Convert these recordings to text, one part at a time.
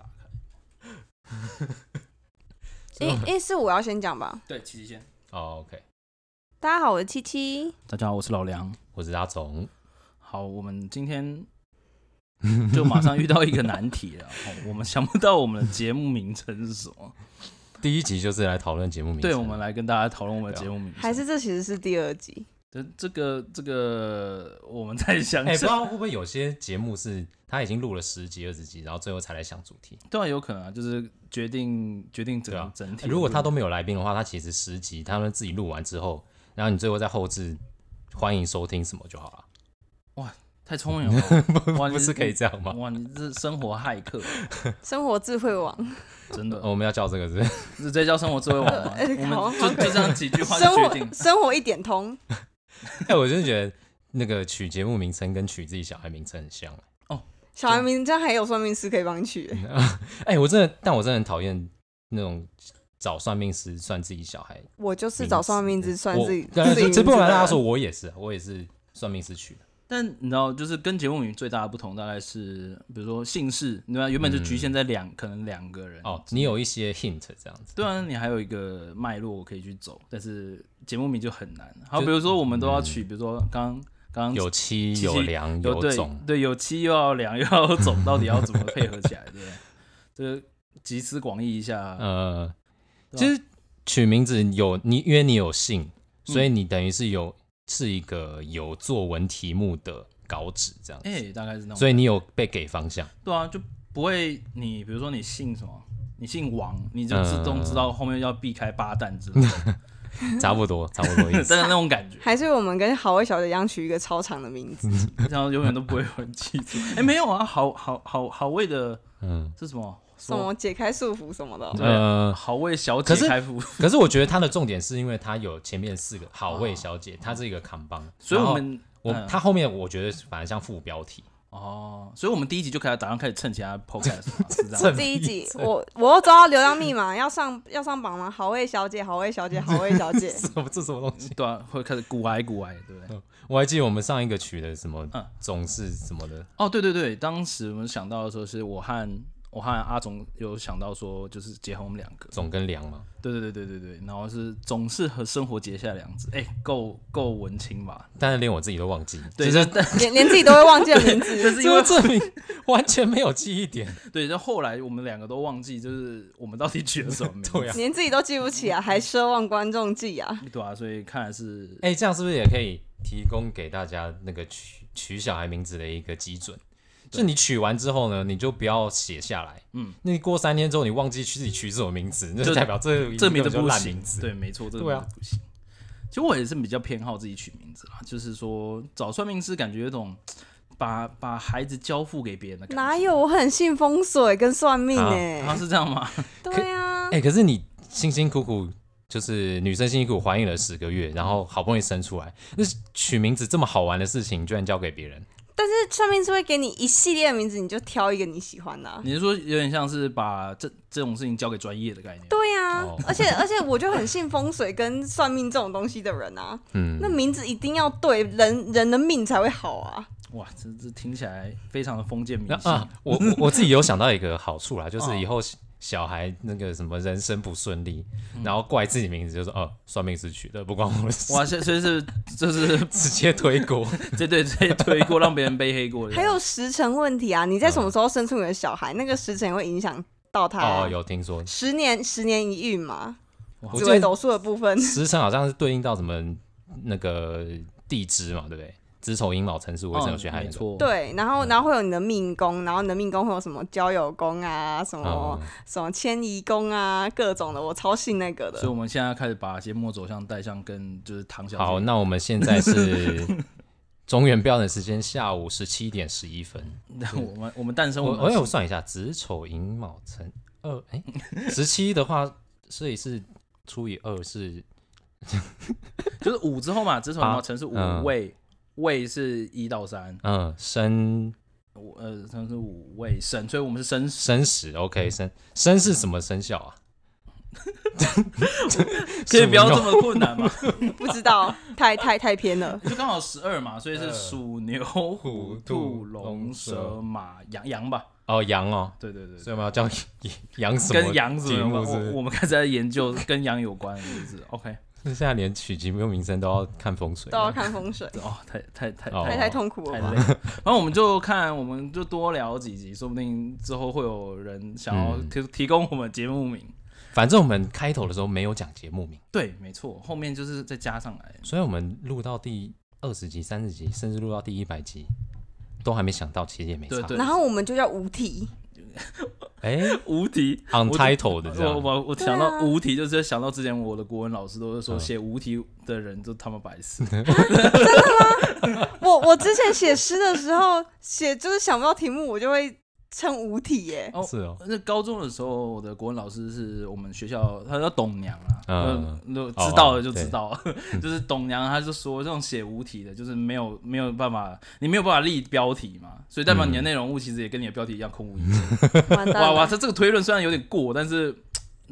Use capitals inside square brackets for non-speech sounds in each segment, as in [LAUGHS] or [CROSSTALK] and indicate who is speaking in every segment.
Speaker 1: 哎
Speaker 2: 诶
Speaker 3: 嗯
Speaker 2: 诶，是我要先讲吧。
Speaker 4: 对，琪琪先。
Speaker 1: 哦，OK，
Speaker 2: 大家好，我是七七。
Speaker 3: 大家好，我是老梁。
Speaker 1: 我是阿总，
Speaker 3: 好，我们今
Speaker 1: [LAUGHS]
Speaker 3: 天就马上遇到一个难题了。哦我们想不到我们的节目名称是什么，
Speaker 1: 第一集就是来讨论节目名称。
Speaker 3: 对，我们来跟大家讨论我们的节目名
Speaker 1: 啊
Speaker 3: 称。
Speaker 2: 还是这其实是第二集，
Speaker 3: 这这个这个，我们再想
Speaker 1: 哎、不知
Speaker 3: 想。
Speaker 1: 道会不会有些节目是他已经录了十集、二十集，然后最后才来想主题。
Speaker 3: 对啊，有可能啊，就是决定决定整
Speaker 1: 对
Speaker 3: 个、
Speaker 1: 啊
Speaker 3: 整体。
Speaker 1: 如果他都没有来宾的话，他其实十集他们自己录完之后，然后你最后在后置欢迎收听什么就好了。
Speaker 3: 太聪明了，哇
Speaker 1: [LAUGHS] 不是可以这样吗？
Speaker 3: 哇，你这生活骇客，
Speaker 2: 生活智慧网，
Speaker 3: 真的
Speaker 1: 哦，我们要叫这个是不 [LAUGHS] 是
Speaker 3: 这这叫生活智慧网
Speaker 1: [LAUGHS]
Speaker 3: 吗？
Speaker 2: 哎
Speaker 3: 我
Speaker 2: 好
Speaker 3: 们就就这样几句话
Speaker 2: 生
Speaker 3: 就决定
Speaker 2: 活。生活一点通，
Speaker 1: 哎、我真的觉得那个取节目名称跟取自己小孩名称很像。欸
Speaker 2: 小孩名这样还有算命师可以帮你取、欸
Speaker 1: 哎、我真的，但我真的很讨厌那种找算命师算自己小孩
Speaker 2: 我就是找算命师算
Speaker 1: 我
Speaker 2: 自己，
Speaker 1: 当然
Speaker 2: 自己
Speaker 1: 这这不
Speaker 2: 名字
Speaker 1: 瞒
Speaker 2: 的
Speaker 1: 大家说，我也是啊，我也是算命师去的。
Speaker 3: 但你知道，就是跟节目名最大的不同，大概是比如说姓氏，你知道原本就局限在两、可能两个人
Speaker 1: 哦，你有一些 hint 这样子，
Speaker 3: 对啊，你还有一个脉络可以去走，但是节目名就很难。好，比如说我们都要取，比如说刚刚
Speaker 1: 嗯有妻
Speaker 3: 七
Speaker 1: 有良
Speaker 3: 有对
Speaker 1: 种，
Speaker 3: 对有七又要两又要总，到底要怎么配合起来？对不对，这个集思广益一下。
Speaker 1: 呃，
Speaker 3: 对啊
Speaker 1: 其实取名字有你，因为你有姓，
Speaker 3: 嗯
Speaker 1: 所以你等于是有是一个有作文题目的稿纸这样
Speaker 3: 哎、
Speaker 1: 子，
Speaker 3: 大概是那种。
Speaker 1: 所以你有被给
Speaker 3: [LAUGHS]
Speaker 1: 方向。
Speaker 3: 对啊，就不会你比如说你姓什么，你姓王，你就自
Speaker 1: 嗯
Speaker 3: 动知道后面要避开八蛋之类
Speaker 1: [LAUGHS]
Speaker 3: 的，
Speaker 1: 差不多，差不多意
Speaker 3: 真
Speaker 1: 思。
Speaker 3: 的那种感觉。
Speaker 2: 还是我们跟好味小姐一样取一个超长的名字，
Speaker 3: 然后永远都不会有人记住。哎、没有啊，好好好好味的
Speaker 1: 嗯，
Speaker 3: 是什么？
Speaker 2: 什么解开束缚什么的
Speaker 3: [LAUGHS]
Speaker 2: 哦、
Speaker 3: 对
Speaker 1: 呃，
Speaker 3: 好味小
Speaker 1: 可
Speaker 3: 姐
Speaker 1: 是
Speaker 3: 开服务，
Speaker 1: 可是我觉得它的重点是因为它有前面四个好味小姐，它是一个扛帮，
Speaker 3: [LAUGHS] 所以
Speaker 1: 然
Speaker 3: 我
Speaker 1: 后
Speaker 3: 们
Speaker 1: 我
Speaker 3: 嗯
Speaker 1: 它后面我觉得反而像副标题， [LAUGHS]
Speaker 3: 哦，所以我们第一集就开始打算开始蹭其他 podcast 嘛，是这
Speaker 1: 蹭
Speaker 3: 样。
Speaker 2: 第一集，我我又找到流量密码，要上要上榜吗？好味小姐，好味小姐，好味小
Speaker 1: [LAUGHS]
Speaker 2: 姐，
Speaker 1: 什么这什么东西？
Speaker 3: 对啊，会开始古哀古哀，对不对？
Speaker 1: 我还记得我们上一个曲的什么
Speaker 3: 嗯
Speaker 1: 总是什么的，
Speaker 3: 哦，对对对，当时我们想到的时候，是我和我和阿总有想到说，就是结合我们两个，
Speaker 1: 总跟梁嘛，
Speaker 3: 对对对对对对，然后是总是和生活结下梁子，哎，够够文青吧？
Speaker 1: 但是连我自己都忘记，
Speaker 3: 对，
Speaker 1: 就是
Speaker 3: 但
Speaker 2: 连连自己都会忘记的
Speaker 3: [LAUGHS]
Speaker 2: 名字。
Speaker 3: 但是因
Speaker 1: [LAUGHS] 这
Speaker 3: 为
Speaker 1: 个证明 [LAUGHS] 完全没有记忆 [LAUGHS] 点。
Speaker 3: 对，就后来我们两个都忘记，就是我们到底取了什么名字，
Speaker 1: 对啊，
Speaker 2: 连自己都记不起啊，还奢望观众记啊？
Speaker 3: 对啊，所以看来是
Speaker 1: 哎、这样是不是也可以提供给大家那个取取小孩名字的一个基准？就你取完之后呢，你就不要写下来。嗯
Speaker 3: 嗯，
Speaker 1: 那你过三天之后，你忘记自己取什么名字，那就
Speaker 3: 就
Speaker 1: 代表这个
Speaker 3: 这个名
Speaker 1: 字
Speaker 3: 字
Speaker 1: 就
Speaker 3: 不
Speaker 1: 烂
Speaker 3: 行
Speaker 1: 名，字。
Speaker 3: 对，没错，这个
Speaker 1: 对
Speaker 3: 名
Speaker 1: 啊
Speaker 3: 字不行。其实我也是比较偏好自己取名字啦，就是说找算命师，感觉有一种把把孩子交付给别人的感
Speaker 2: 哪
Speaker 3: 觉。
Speaker 2: 有？我很信风水跟算命
Speaker 1: 啊
Speaker 2: 哎、
Speaker 3: 啊，是这样吗？ [LAUGHS]
Speaker 2: 对啊
Speaker 1: 哎、，可是你辛辛苦苦就是女生辛辛苦苦怀孕了十个月，然后好不容易生出来，那取名字这么好玩的事情，居然交给别人。
Speaker 2: 但是算命是会给你一系列的名字，你就挑一个你喜欢的、
Speaker 1: 哦
Speaker 2: 啊。
Speaker 3: 你是说有点像是把这这种事情交给专业的概念？
Speaker 2: 对呀、啊
Speaker 1: 哦
Speaker 2: 而且而且我就很信风水跟算命这种东西的人啊，
Speaker 1: 嗯，
Speaker 2: 那名字一定要对，人人的命才会好啊。
Speaker 3: 哇，这这听起来非常的封建迷
Speaker 1: 那
Speaker 3: 信。
Speaker 1: 啊，我我我自己有想到一个好处啦，就是
Speaker 3: 哦
Speaker 1: 以后小小孩那个什么人生不顺利，然后怪自己名字，就说哦，算命是取的，不关我的事，
Speaker 3: 嗯哇，所以所以是就是
Speaker 1: 直接推
Speaker 3: [LAUGHS]
Speaker 1: 锅。
Speaker 3: 这对这对推过，让别人背黑锅
Speaker 1: 啊
Speaker 3: 的。
Speaker 2: 还有时辰问题啊，你在什么时候生出你的小孩，那个时辰也会影响到他、
Speaker 1: 嗯
Speaker 2: 啊
Speaker 1: 哦，有听说，
Speaker 2: 十年十年一孕嘛，
Speaker 3: 哇
Speaker 1: 我
Speaker 2: 紫
Speaker 1: 记
Speaker 2: 微
Speaker 1: 得
Speaker 2: 斗数的部分。
Speaker 1: 时辰好像是对应到什么那个地支嘛，对不对？子丑寅卯辰巳午未申酉戌
Speaker 3: 嗯哦没
Speaker 1: 亥那个。
Speaker 3: 错，
Speaker 2: 对，然后然后会有你的命宫，然后你的命宫会有什么交友宫啊，什么、
Speaker 1: 哦，
Speaker 2: 什么迁移宫啊，各种的，我超信那个
Speaker 3: 所以
Speaker 2: 的。
Speaker 3: 我们现在开始把节目走向带向跟就是唐小姐
Speaker 1: 好，那我们现在是中原标准时间下午十七点十一分。
Speaker 3: [LAUGHS] 我们我们诞生
Speaker 1: 我
Speaker 3: 我
Speaker 1: 我
Speaker 3: 们
Speaker 1: 有算一下，子丑寅卯辰二，
Speaker 3: [LAUGHS]
Speaker 1: 哎，十七的话，所以是除以二是
Speaker 3: 就是五之后嘛，子丑寅卯辰是五
Speaker 1: 嗯
Speaker 3: 位，位是一到三，
Speaker 1: 嗯申
Speaker 3: 五呃三是五位申，所以我们是
Speaker 1: [LAUGHS]
Speaker 3: 申时。
Speaker 1: 申时，OK
Speaker 3: 嗯
Speaker 1: 申申是什么生肖啊？
Speaker 3: [LAUGHS] 可以不要
Speaker 1: [LAUGHS]
Speaker 3: 这么困难嘛？
Speaker 2: 不知道，太太太偏
Speaker 1: 啊
Speaker 2: 了。
Speaker 3: 就刚好十二嘛，所以是鼠、牛、虎、
Speaker 1: 嗯
Speaker 3: 兔、
Speaker 1: 兔
Speaker 3: 龙、蛇、马、羊、羊吧？
Speaker 1: 哦，羊哦，
Speaker 3: 对对对对
Speaker 1: 所以我们要叫 [LAUGHS] 羊什么
Speaker 3: 跟羊什
Speaker 1: 节
Speaker 3: 么
Speaker 1: 目
Speaker 3: 有关？
Speaker 1: 是
Speaker 3: 我我们开始在研究跟羊有关的日子。OK，
Speaker 1: 那现在连取节目名称都要看风水
Speaker 2: 都，要看风水，
Speaker 3: 哦，太太太
Speaker 1: 哦
Speaker 2: 太太痛苦
Speaker 3: 太
Speaker 2: 了
Speaker 3: 累
Speaker 2: 吧？
Speaker 3: 了。 [LAUGHS] 反正我们就看，我们就多聊几集，说不定之后会有人想要
Speaker 1: 嗯
Speaker 3: 提提供我们节目名。
Speaker 1: 反正我们开头的时候没有讲节目名，
Speaker 3: 对，没错，后面就是再加上来。
Speaker 1: 所以我们录到第二十集、三十集，甚至录到第一百集，都还没想到，其实也没
Speaker 3: 对
Speaker 1: 差。
Speaker 3: 对
Speaker 2: 然后我们就叫无题，
Speaker 1: 哎
Speaker 3: 无题
Speaker 1: ，untitled 的这
Speaker 3: 我
Speaker 1: 样，
Speaker 3: 我我想到无题，就是想到之前我的国文老师都是
Speaker 1: 嗯
Speaker 3: 说写无题的人就他妈白
Speaker 1: [LAUGHS]
Speaker 3: 痴。
Speaker 2: 我我之前写诗的时候 [LAUGHS] 写就是想不到题目，我就会称无题耶。
Speaker 3: 我
Speaker 1: 是哦，
Speaker 3: 那高中的时候，我的国文老师是我们学校，他叫董娘啊，
Speaker 1: 嗯哦
Speaker 3: 嗯，那知道了就知道， [LAUGHS] 就是董娘，他就说这种写无题的，就是没有没有办法，你没有办法立标题嘛，所以代表
Speaker 1: 嗯
Speaker 3: 你的内容物其实也跟你的标题一样空无一物。
Speaker 2: 完蛋
Speaker 3: 哇
Speaker 2: 了
Speaker 3: 哇，这这个推论虽然有点过，但是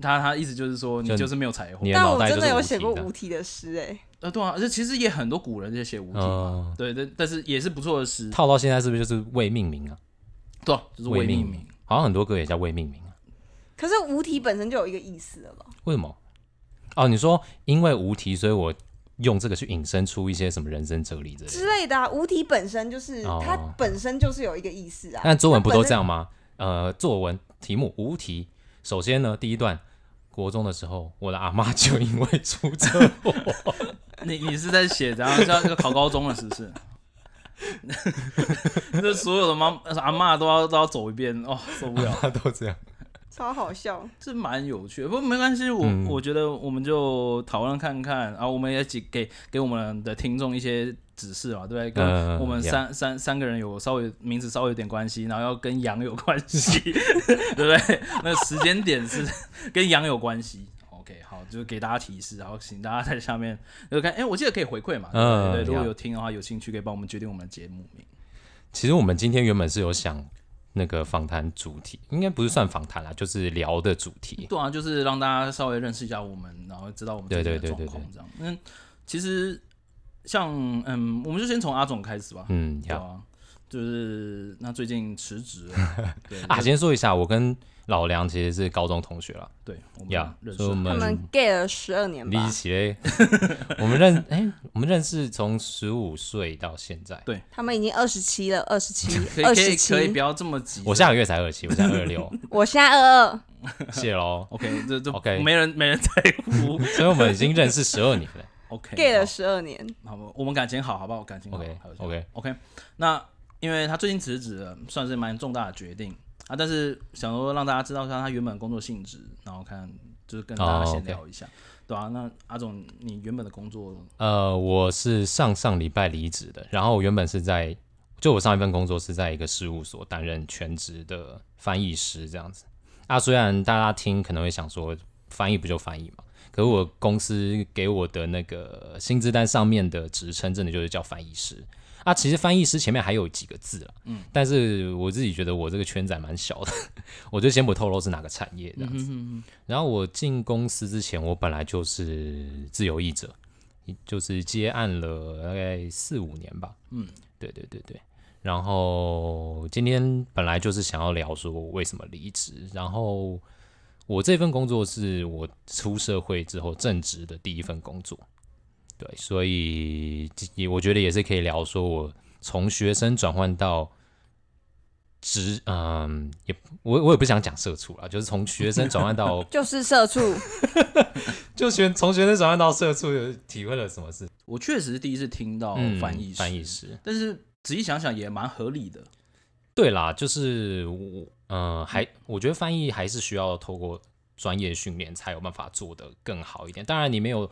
Speaker 3: 他他意思就是说你
Speaker 1: 就
Speaker 3: 就是没有才华
Speaker 1: 你。的
Speaker 2: 但
Speaker 1: 脑
Speaker 2: 我
Speaker 1: 袋
Speaker 2: 真
Speaker 1: 就是
Speaker 2: 的有
Speaker 1: 无
Speaker 2: 写
Speaker 1: 题
Speaker 2: 过
Speaker 1: 的
Speaker 2: 无。题的诗哎，
Speaker 3: 呃，对啊，而且其实也很多古人在写无题嘛，
Speaker 1: 嗯，
Speaker 3: 对，但但是也是不错的诗，
Speaker 1: 套到现在是不是就是未命名啊？
Speaker 3: 对啊，就是未命名
Speaker 1: 名。，好像很多歌也叫未命名啊。
Speaker 2: 可是无题本身就有一个意思了吧？
Speaker 1: 为什么？哦，你说因为无题，所以我用这个去引申出一些什么人生哲理之类的。
Speaker 2: 之类的啊，无题本身就是、
Speaker 1: 哦
Speaker 2: 它本身就是有一个意思啊。
Speaker 1: 但作文不都
Speaker 2: 它本身
Speaker 1: 这样吗？呃，作文题目无题。首先呢，第一段，国中的时候，我的阿妈就因为出车祸，
Speaker 3: 你你是在写怎样？是要考高中了是不是？ [LAUGHS] 这所有的妈阿嬷都要都要走一遍哦，受不了，
Speaker 1: 她都这样。
Speaker 2: 超好笑，
Speaker 3: 这蛮有趣的。不过没关系，我、
Speaker 1: 嗯
Speaker 3: 我觉得我们就讨论看看，然后我们也给给给我们的听众一些指示嘛，对不对？跟
Speaker 1: 嗯
Speaker 3: 我们
Speaker 1: yeah
Speaker 3: 三、三三个人有稍微名字稍微有点关系，然后要跟羊有关系， [LAUGHS] 对不对？那时间点是跟羊有关系。OK，好，就给大家提示，然后请大家在下面就看，哎、我记得可以回馈嘛，对不
Speaker 1: 嗯
Speaker 3: 对对，如果
Speaker 1: yeah
Speaker 3: 有听的话，有兴趣可以帮我们决定我们的节目名。
Speaker 1: 其实我们今天原本是有想那个访谈主题，应该不是算访谈啦，就是聊的主题。
Speaker 3: 对啊，就是让大家稍微认识一下我们，然后知道我们
Speaker 1: 对
Speaker 3: 最近
Speaker 1: 对
Speaker 3: 的状
Speaker 1: 对对
Speaker 3: 况这样。嗯，其实像嗯，我们就先从阿总开始吧。
Speaker 1: 嗯，
Speaker 3: 对
Speaker 1: 要
Speaker 3: 啊，就是那最近辞职
Speaker 1: [LAUGHS]
Speaker 3: 了，对
Speaker 1: 啊，先说一下，我跟老梁其实是高中同学啦，
Speaker 3: 对，我们
Speaker 1: 呀嗯
Speaker 3: 认，识
Speaker 1: 所以我
Speaker 2: 他们
Speaker 1: 们
Speaker 2: gay 了十二年
Speaker 1: 离
Speaker 2: 吧？
Speaker 1: 奇嘞。 [LAUGHS] 我们认哎、我们认识从十五岁到现在，
Speaker 2: 他们已经二十七了，二十
Speaker 1: [LAUGHS]
Speaker 2: 七
Speaker 3: 可，以
Speaker 2: 二
Speaker 3: 可以
Speaker 2: 十
Speaker 3: 可以不
Speaker 2: 七，
Speaker 3: 要这么急。
Speaker 1: 我下个月才二七，我才二六，
Speaker 2: 我现在二二，
Speaker 1: 谢喽。
Speaker 3: [LAUGHS] OK，这这
Speaker 1: OK
Speaker 3: 没人没人在
Speaker 1: [LAUGHS]
Speaker 3: 乎。
Speaker 1: 所以我们已经认识十二年了。
Speaker 3: OK，
Speaker 2: gay 了十二年，
Speaker 3: 哎好，好我们感情好，好不好？感情好
Speaker 1: OK，
Speaker 3: 还有
Speaker 1: OK
Speaker 3: OK，那因为他最近辞职了，算是蛮重大的决定啊。但是想说让大家知道一下他原本的工作性质，然后看就是跟大家
Speaker 1: 哦
Speaker 3: 闲
Speaker 1: OK
Speaker 3: 聊一下，对啊，那阿总，你原本的工作，
Speaker 1: 呃，我是上上礼拜离职的，然后我原本是在，就我上一份工作是在一个事务所担任全职的翻译师这样子。啊，虽然大家听可能会想说翻译不就翻译嘛，可是我公司给我的那个薪资单上面的职称真的就是叫翻译师。啊，其实翻译师前面还有几个字啦，嗯，但是我自己觉得我这个圈子还蛮小的， [LAUGHS] 我就先不透露是哪个产业这样子。然后我进公司之前，我本来就是自由译者，就是接案了大概四五年吧。嗯，对对对对。然后今天本来就是想要聊说我为什么离职，然后我这份工作是我出社会之后正职的第一份工作，对，所以也我觉得也是可以聊说我从学生转换到职，嗯，也我我也不想讲社畜啦，就是从学生转换到
Speaker 2: 就是
Speaker 3: [LAUGHS]
Speaker 2: 社畜，
Speaker 1: [LAUGHS] 就学从学生转换到社畜，有体会了什么事？
Speaker 3: 我确实是第一次听到
Speaker 1: 嗯
Speaker 3: 翻译、
Speaker 1: 翻译，师，
Speaker 3: 但是仔细想想也蛮合理的。
Speaker 1: 对啦，就是我，呃，还我觉得翻译还是需要透过专业训练才有办法做得更好一点。当然，你没有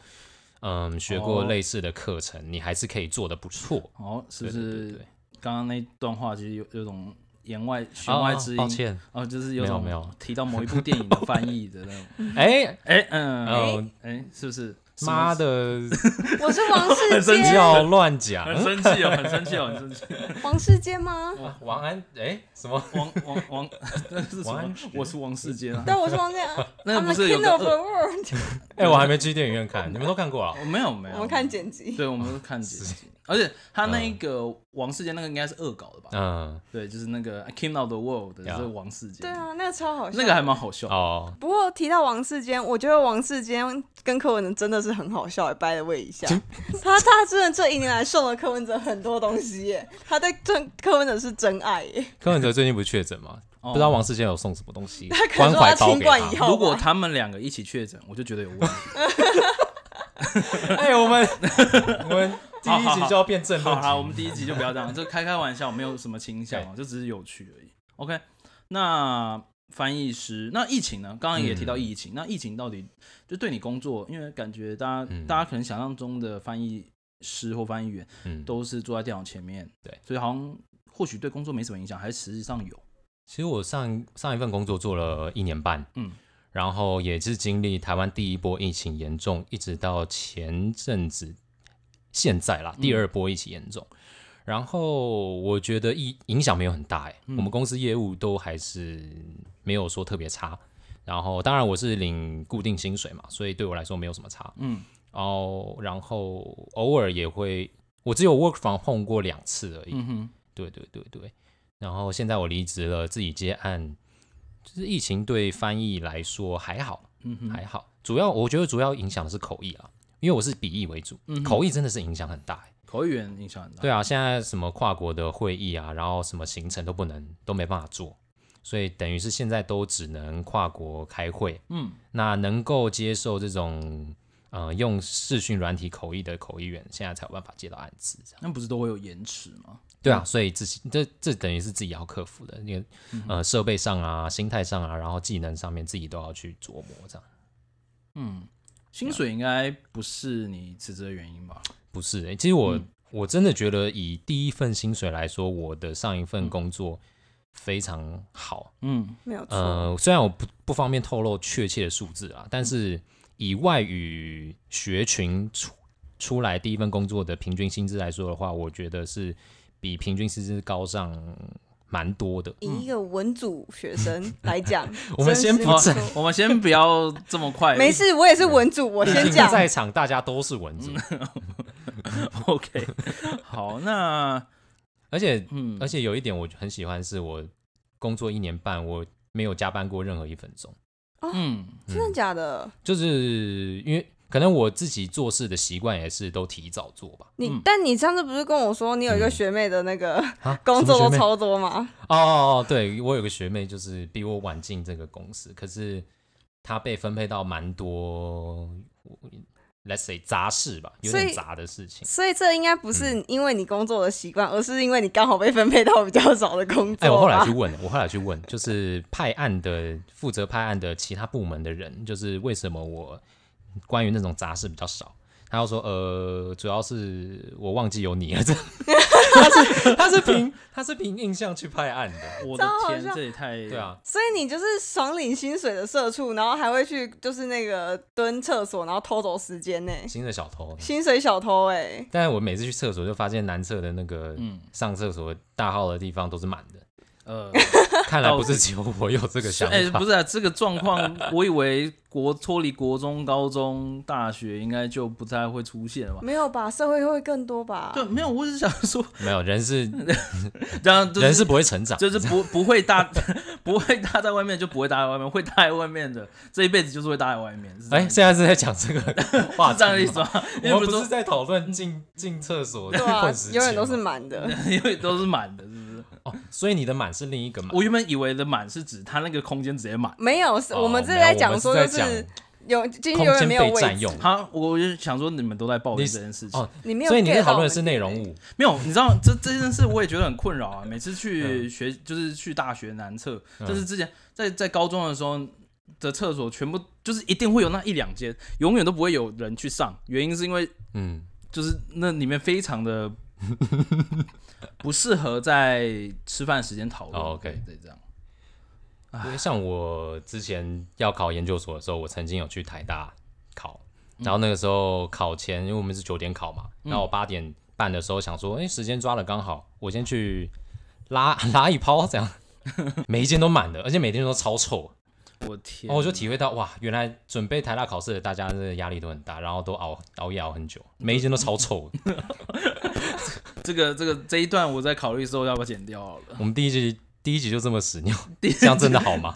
Speaker 1: 嗯、学过
Speaker 3: 哦
Speaker 1: 类似的课程，你还是可以做得不错。
Speaker 3: 哦，是不
Speaker 1: 对对对
Speaker 3: 是
Speaker 1: 对，
Speaker 3: 刚刚那段话其实有有种言外弦外之
Speaker 1: 哦
Speaker 3: 音？
Speaker 1: 抱歉，
Speaker 3: 哦，就是有种
Speaker 1: 没有没有
Speaker 3: 提到某一部电影的翻译的那种。
Speaker 1: 哎，
Speaker 3: 哎、嗯，哎、
Speaker 1: 哦
Speaker 3: 是不是？
Speaker 1: 妈的，
Speaker 2: 我是王
Speaker 3: [LAUGHS]
Speaker 2: 世
Speaker 3: 生哦
Speaker 1: 不
Speaker 2: 坚，
Speaker 1: 要乱讲
Speaker 3: [LAUGHS] 什。么，很生气哦，很生气哦，很生气。
Speaker 2: 王世坚吗？
Speaker 3: 哦
Speaker 1: 王安，哎，什么？
Speaker 3: 王王王，那是什
Speaker 1: 王
Speaker 3: 么
Speaker 1: 安石？
Speaker 3: 我是王世坚啊。
Speaker 2: [LAUGHS] 对，我是王世
Speaker 3: [LAUGHS]
Speaker 2: 坚。啊
Speaker 3: 那
Speaker 2: I'm
Speaker 3: 不
Speaker 2: the
Speaker 3: 是有
Speaker 2: king
Speaker 3: 个
Speaker 2: of the
Speaker 3: 恶？
Speaker 2: world。
Speaker 1: 哎，我还没去电影院看，你们都看过了？
Speaker 3: 我没有没有，
Speaker 2: 我们看剪辑，
Speaker 3: 对，我们看剪辑。 [LAUGHS] 而且他那一个王世坚那个应该是恶搞的吧？
Speaker 1: 嗯，
Speaker 3: 对，就是那个 I came out the world
Speaker 1: 呀
Speaker 3: 的是王世坚，
Speaker 2: 对啊，那个超好笑。
Speaker 3: 那个还蛮好笑。
Speaker 1: 哦，
Speaker 2: 不过提到王世坚，我觉得王世坚跟柯文哲真的是很好笑，也掰了位一下。他他真的这一年来送了柯文哲很多东西耶，他对真柯文哲是真爱耶。
Speaker 1: 柯文哲最近不是确诊吗？
Speaker 3: [LAUGHS] 哦
Speaker 1: 不知道王世坚有送什么东西
Speaker 2: 他可
Speaker 1: 关
Speaker 2: 能说
Speaker 1: 怀
Speaker 2: 他
Speaker 1: 包
Speaker 2: 清
Speaker 1: 给
Speaker 2: 冠以
Speaker 1: 他。
Speaker 2: 后吧，
Speaker 3: 如果他们两个一起确诊，我就觉得有问题。
Speaker 1: 哎，我们 [LAUGHS] 我们第一集就要变正
Speaker 3: [LAUGHS] 好
Speaker 1: 论集
Speaker 3: 啦，我们第一集就不要这样， [LAUGHS] 就开开玩笑，没有什么倾向哦，就只是有趣而已。OK，那翻译师，那疫情呢？刚刚也提到疫情，那疫情到底就对你工作，因为感觉大家、
Speaker 1: 嗯
Speaker 3: 大家可能想象中的翻译师或翻译员
Speaker 1: 嗯，
Speaker 3: 都是坐在电脑前面，
Speaker 1: 对，
Speaker 3: 所以好像或许对工作没什么影响，还是实际上有，
Speaker 1: 其实我上上一份工作做了一年半，
Speaker 3: 嗯，
Speaker 1: 然后也是经历台湾第一波疫情严重，一直到前阵子现在
Speaker 3: 嗯
Speaker 1: 啦，第二波疫情严重。然后我觉得影影响没有很大哎、
Speaker 3: 嗯
Speaker 1: 我们公司业务都还是没有说特别差。然后当然我是领固定薪水嘛，所以对我来说没有什么差。
Speaker 3: 嗯，
Speaker 1: 然后然后偶尔也会，我只有 work from home 过两次而已。
Speaker 3: 嗯哼，
Speaker 1: 对对对对。然后现在我离职了，自己接案，就是疫情对翻译来说还好，
Speaker 3: 嗯哼，
Speaker 1: 还好。主要我觉得主要影响的是口译啊，因为我是笔译为主，
Speaker 3: 嗯
Speaker 1: 口译真的是影响很大、欸。
Speaker 3: 口语员影响很大，
Speaker 1: 对啊，现在什么跨国的会议啊，然后什么行程都不能都没办法做，所以等于是现在都只能跨国开会。
Speaker 3: 嗯，
Speaker 1: 那能够接受这种呃用视讯软体口译的口译员，现在才有办法接到案子。这样
Speaker 3: 那不是都会有延迟吗？
Speaker 1: 对啊，所以自己这这等于是自己要克服的，那个呃设备上啊、心态上啊，然后技能上面自己都要去琢磨，这样
Speaker 3: 嗯薪水应该不是你辞职的原因吧？
Speaker 1: 不是、欸？其实我、我真的觉得以第一份薪水来说，我的上一份工作非常好。
Speaker 3: 嗯，
Speaker 2: 没有错，
Speaker 1: 呃，虽然我不不方便透露确切的数字啊，但是以外语学群出出来第一份工作的平均薪资来说的话，我觉得是比平均薪资高上蛮多的。，
Speaker 2: 以一个文组学生来
Speaker 3: [LAUGHS]
Speaker 2: 讲
Speaker 1: 我们先不
Speaker 2: 真是
Speaker 1: 正
Speaker 2: 没
Speaker 3: 啊我们先不要这么
Speaker 2: [LAUGHS]
Speaker 3: 快，
Speaker 2: 错没事，我也是文组，我
Speaker 1: 毕
Speaker 2: 先
Speaker 3: [LAUGHS]
Speaker 1: 竟
Speaker 2: 讲。
Speaker 1: 在场大家都是文组，
Speaker 3: OK，好， [LAUGHS] 那
Speaker 1: 而且
Speaker 3: 嗯
Speaker 1: 而且有一点我很喜欢，是我工作一年半，我没有加班过任何一分钟，
Speaker 3: 嗯
Speaker 2: 真的假的？
Speaker 1: 就是因为可能我自己做事的习惯也是都提早做吧。
Speaker 2: 你、
Speaker 3: 嗯
Speaker 2: 但你上次不是跟我说你有一个
Speaker 1: 嗯
Speaker 2: 学妹的那个
Speaker 1: 啊，
Speaker 2: 工
Speaker 1: 什
Speaker 2: 作
Speaker 1: 么
Speaker 2: 都
Speaker 1: 学妹哦
Speaker 2: 超多吗？
Speaker 1: 哦哦，对我有个学妹就是比我晚进这个公司，可是她被分配到蛮多，let's say 杂事吧，有
Speaker 2: 所
Speaker 1: 点
Speaker 2: 以
Speaker 1: 杂的事情。
Speaker 2: 所以这应该不
Speaker 1: 嗯
Speaker 2: 是因为你工作的习惯，而是因为你刚好被分配到比较少的工
Speaker 1: 哎、
Speaker 2: 作
Speaker 1: 我
Speaker 2: 啊
Speaker 1: 后来
Speaker 2: 吧。
Speaker 1: 去问了，我后来去问，就是派案的负责派案的其他部门的人，就是为什么我关于那种杂事比较少。他又说，呃，主要是我忘记有你了，这样 [LAUGHS] 他是他是凭他是凭印象去派案的，
Speaker 3: 我的
Speaker 2: 超好
Speaker 3: 天，
Speaker 2: 笑
Speaker 3: 这也太
Speaker 1: 对，啊，
Speaker 2: 所以你就是爽领薪水的社畜，然后还会去就是那个蹲厕所，然后偷走时间呢、
Speaker 1: 新的小偷。
Speaker 2: 薪水小偷哎、
Speaker 1: 但是我每次去厕所就发现男厕的那个
Speaker 3: 嗯
Speaker 1: 上厕所大号的地方都是满的，
Speaker 3: 呃，
Speaker 1: 看来不是只有我有这个想
Speaker 3: 哎，
Speaker 1: 法
Speaker 3: 不。是啊，这个状况，我以为国脱离国中、高中、大学应该就不太会出现了吧？
Speaker 2: 没有吧？社会会更多吧？
Speaker 3: 对，没有，我只是想说，
Speaker 1: 没有
Speaker 3: [LAUGHS]
Speaker 1: 人是
Speaker 3: 这样就
Speaker 1: 人是
Speaker 3: 是。
Speaker 1: 不会成长，
Speaker 3: 就是不不会搭， [LAUGHS] 不会搭在外面就不会搭在外面，会搭在外面的这一辈子就是会搭在外面。是这
Speaker 1: 哎、
Speaker 3: 样
Speaker 1: 现在是在讲这个话
Speaker 3: 是这样的
Speaker 1: 题
Speaker 3: 意
Speaker 1: 吗
Speaker 3: 思吗？因
Speaker 1: 我
Speaker 3: 为
Speaker 1: 们不
Speaker 3: 说 [LAUGHS]
Speaker 1: 是在讨论进进厕所
Speaker 2: 嗯对啊
Speaker 1: 混时，间
Speaker 2: 永
Speaker 1: 吗，
Speaker 2: 远都是满的。
Speaker 3: 因为都是满的，是不是？
Speaker 1: 哦，所以你的满是另一个满。
Speaker 3: 我原本以为的满是指他那个空间直接满。
Speaker 2: 没有，是
Speaker 1: 哦
Speaker 2: 我们这
Speaker 1: 没有
Speaker 2: 在
Speaker 1: 我
Speaker 2: 讲
Speaker 1: 们
Speaker 2: 说
Speaker 1: 在
Speaker 2: 就
Speaker 1: 讲
Speaker 2: 是永进去
Speaker 1: 空
Speaker 2: 永远
Speaker 1: 间
Speaker 2: 没有
Speaker 1: 被
Speaker 2: 位
Speaker 1: 占
Speaker 2: 置，
Speaker 1: 用
Speaker 3: 好，我我就想说你们都在抱怨这件事情。
Speaker 1: 哦，
Speaker 2: 你没有。
Speaker 1: 所以你在讨论的是内容，物，
Speaker 3: 没有，你知道这这件事我也觉得很困扰啊。
Speaker 1: [LAUGHS]
Speaker 3: 每次去学就是去大学男厕，
Speaker 1: 嗯
Speaker 3: 就是之前在在高中的时候的厕所，全部就是一定会有那一两间，永远都不会有人去上。原因是因为
Speaker 1: 嗯，
Speaker 3: 就是那里面非常的不适合在吃饭时间讨论。
Speaker 1: 哦，OK
Speaker 3: 对，这样。
Speaker 1: 因为像我之前要考研究所的时候，我曾经有去台大考，
Speaker 2: 嗯
Speaker 1: 然后那个时候考前，因为我们是九点考嘛，然后我八点半的时候想说，哎、时间抓的刚好，我先 [LAUGHS] 去拉拉一泡，这样，每一间都满的，而且每天都超臭，
Speaker 3: 我天，
Speaker 1: 哦，我就体会到哇，原来准备台大考试的大家真的压力都很大，然后都熬熬夜熬很久，每一间都超臭的。
Speaker 3: 这个这个这一段我在考虑之后要不要剪掉好了。
Speaker 1: 我们第一集第一集就这么屎尿，这样真的好吗？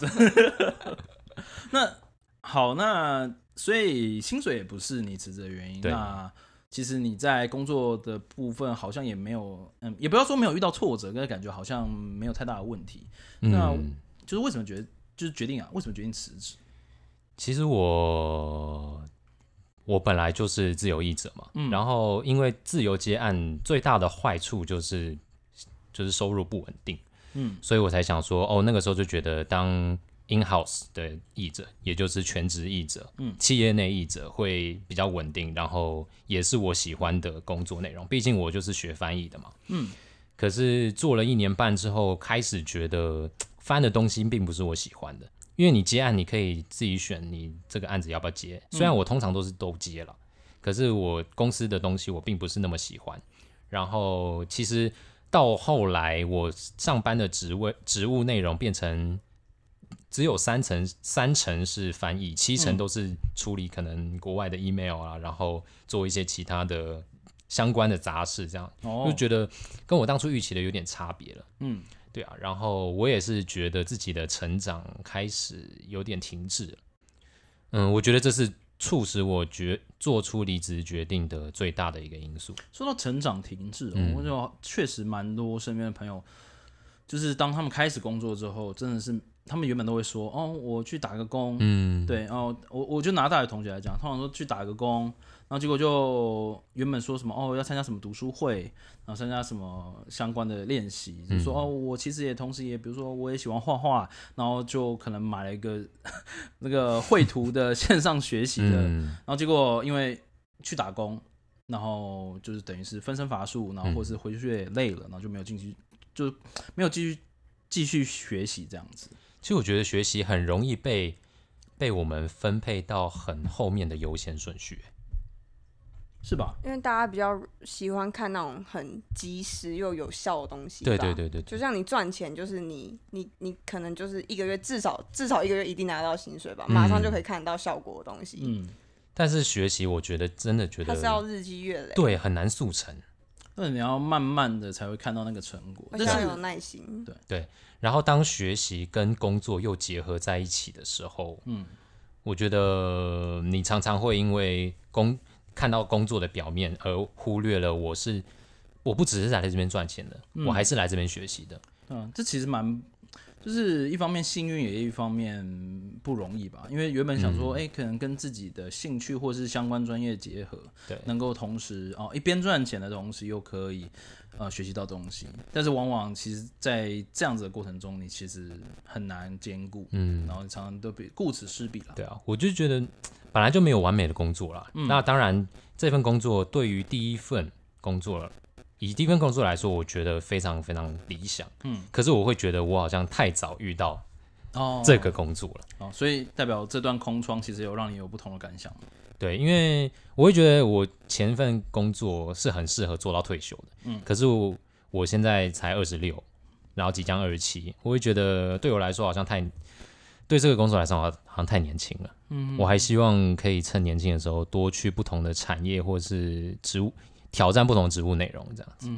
Speaker 3: 那好，那所以薪水也不是你辞职的原因。
Speaker 1: 对
Speaker 3: 那其实你在工作的部分好像也没有，嗯，也不要说没有遇到挫折，但是感觉好像没有太大的问题。那
Speaker 1: 嗯
Speaker 3: 就是为什么觉得，就是决定啊，为什么决定辞职？
Speaker 1: 其实我我本来就是自由译者嘛，然后因为自由接案最大的坏处就是就是收入不稳定，
Speaker 3: 嗯，
Speaker 1: 所以我才想说，哦，那个时候就觉得当 in house 的译者，也就是全职译者，嗯，企业内译者会比较稳定，然后也是我喜欢的工作内容，毕竟我就是学翻译的嘛，嗯。可是做了一年半之后，开始觉得翻的东西并不是我喜欢的，因为你接案，你可以自己选你这个案子要不要接。虽然我通常都是都接了，可是我公司的东西我并不是那么喜欢。然后其实到后来，我上班的职位职务内容变成只有三成，三成是翻译，七成都是处理可能国外的 email 啊，然后做一些其他的相关的杂事，这样、
Speaker 3: 哦
Speaker 1: 就，觉得跟我当初预期的有点差别了。
Speaker 3: 嗯，
Speaker 1: 对啊，然后我也是觉得自己的成长开始有点停滞了。嗯，我觉得这是促使我决做出离职决定的最大的一个因素。
Speaker 3: 说到成长停滞、哦，
Speaker 1: 嗯
Speaker 3: 我就确实蛮多身边的朋友，就是当他们开始工作之后，真的是他们原本都会说，哦，我去打个工，
Speaker 1: 嗯，
Speaker 3: 对，然后我我就拿大学同学来讲，通常说去打个工，然后结果就原本说什么哦要参加什么读书会，然后参加什么相关的练习，就说哦我其实也同时也比如说我也喜欢画画，然后就可能买了一个 [LAUGHS] 那个绘图的线上学习的，
Speaker 1: 嗯，
Speaker 3: 然后结果因为去打工，然后就是等于是分身乏术，然后或者是回去也累了，然后就没有进去，就没有继续继续学习这样子。
Speaker 1: 其实我觉得学习很容易被被我们分配到很后面的优先顺序。
Speaker 3: 是吧？
Speaker 2: 因为大家比较喜欢看那种很及时又有效的东西。
Speaker 1: 对对。对对
Speaker 2: 就
Speaker 1: 对，
Speaker 2: 像你赚钱，就是你你你可能就是一个月至少至少一个月一定拿到薪水吧，马上就可以看到效果的东西。
Speaker 3: 嗯，
Speaker 1: 但是学习我觉得真的觉
Speaker 2: 它是要
Speaker 1: 得
Speaker 2: 日积月累，
Speaker 1: 对很难速成。
Speaker 3: 那你要慢慢的才会看到那个成果。
Speaker 2: 而且
Speaker 3: 但
Speaker 2: 要
Speaker 3: 是
Speaker 2: 有耐心。
Speaker 1: 然后当学习跟工作又结合在一起的时候，嗯，我觉得你常常会因为工看到工作的表面而忽略了我是我不只是来这边赚钱的，我还是来这边学习的。
Speaker 3: 嗯，这其实蛮，就是一方面幸运，也一方面不容易吧。因为原本想
Speaker 1: 嗯
Speaker 3: 说，哎、可能跟自己的兴趣或是相关专业结合，
Speaker 1: 对
Speaker 3: 能够同时哦一边赚钱的同时，又可以呃学习到东西。但是往往其实，在这样子的过程中，你其实很难兼顾，嗯，然后常常都比顾此失彼啦。
Speaker 1: 对啊，我就觉得本来就没有完美的工作啦。那当然，这份工作对于第一份工作，以第一份工作来说，我觉得非常非常理想。嗯，可是我会觉得我好像太早遇到
Speaker 3: 哦，
Speaker 1: 这个工作了。
Speaker 3: 哦，所以代表这段空窗其实有让你有不同的感想。
Speaker 1: 对，因为我会觉得我前份工作是很适合做到退休的，嗯，可是我我现在才二十六，然后即将二十七，我会觉得对我来说好像太，对这个工作来说好像好像太年轻了，嗯，我还希望可以趁年轻的时候多去不同的产业或是职务挑战不同的职务内容这样子，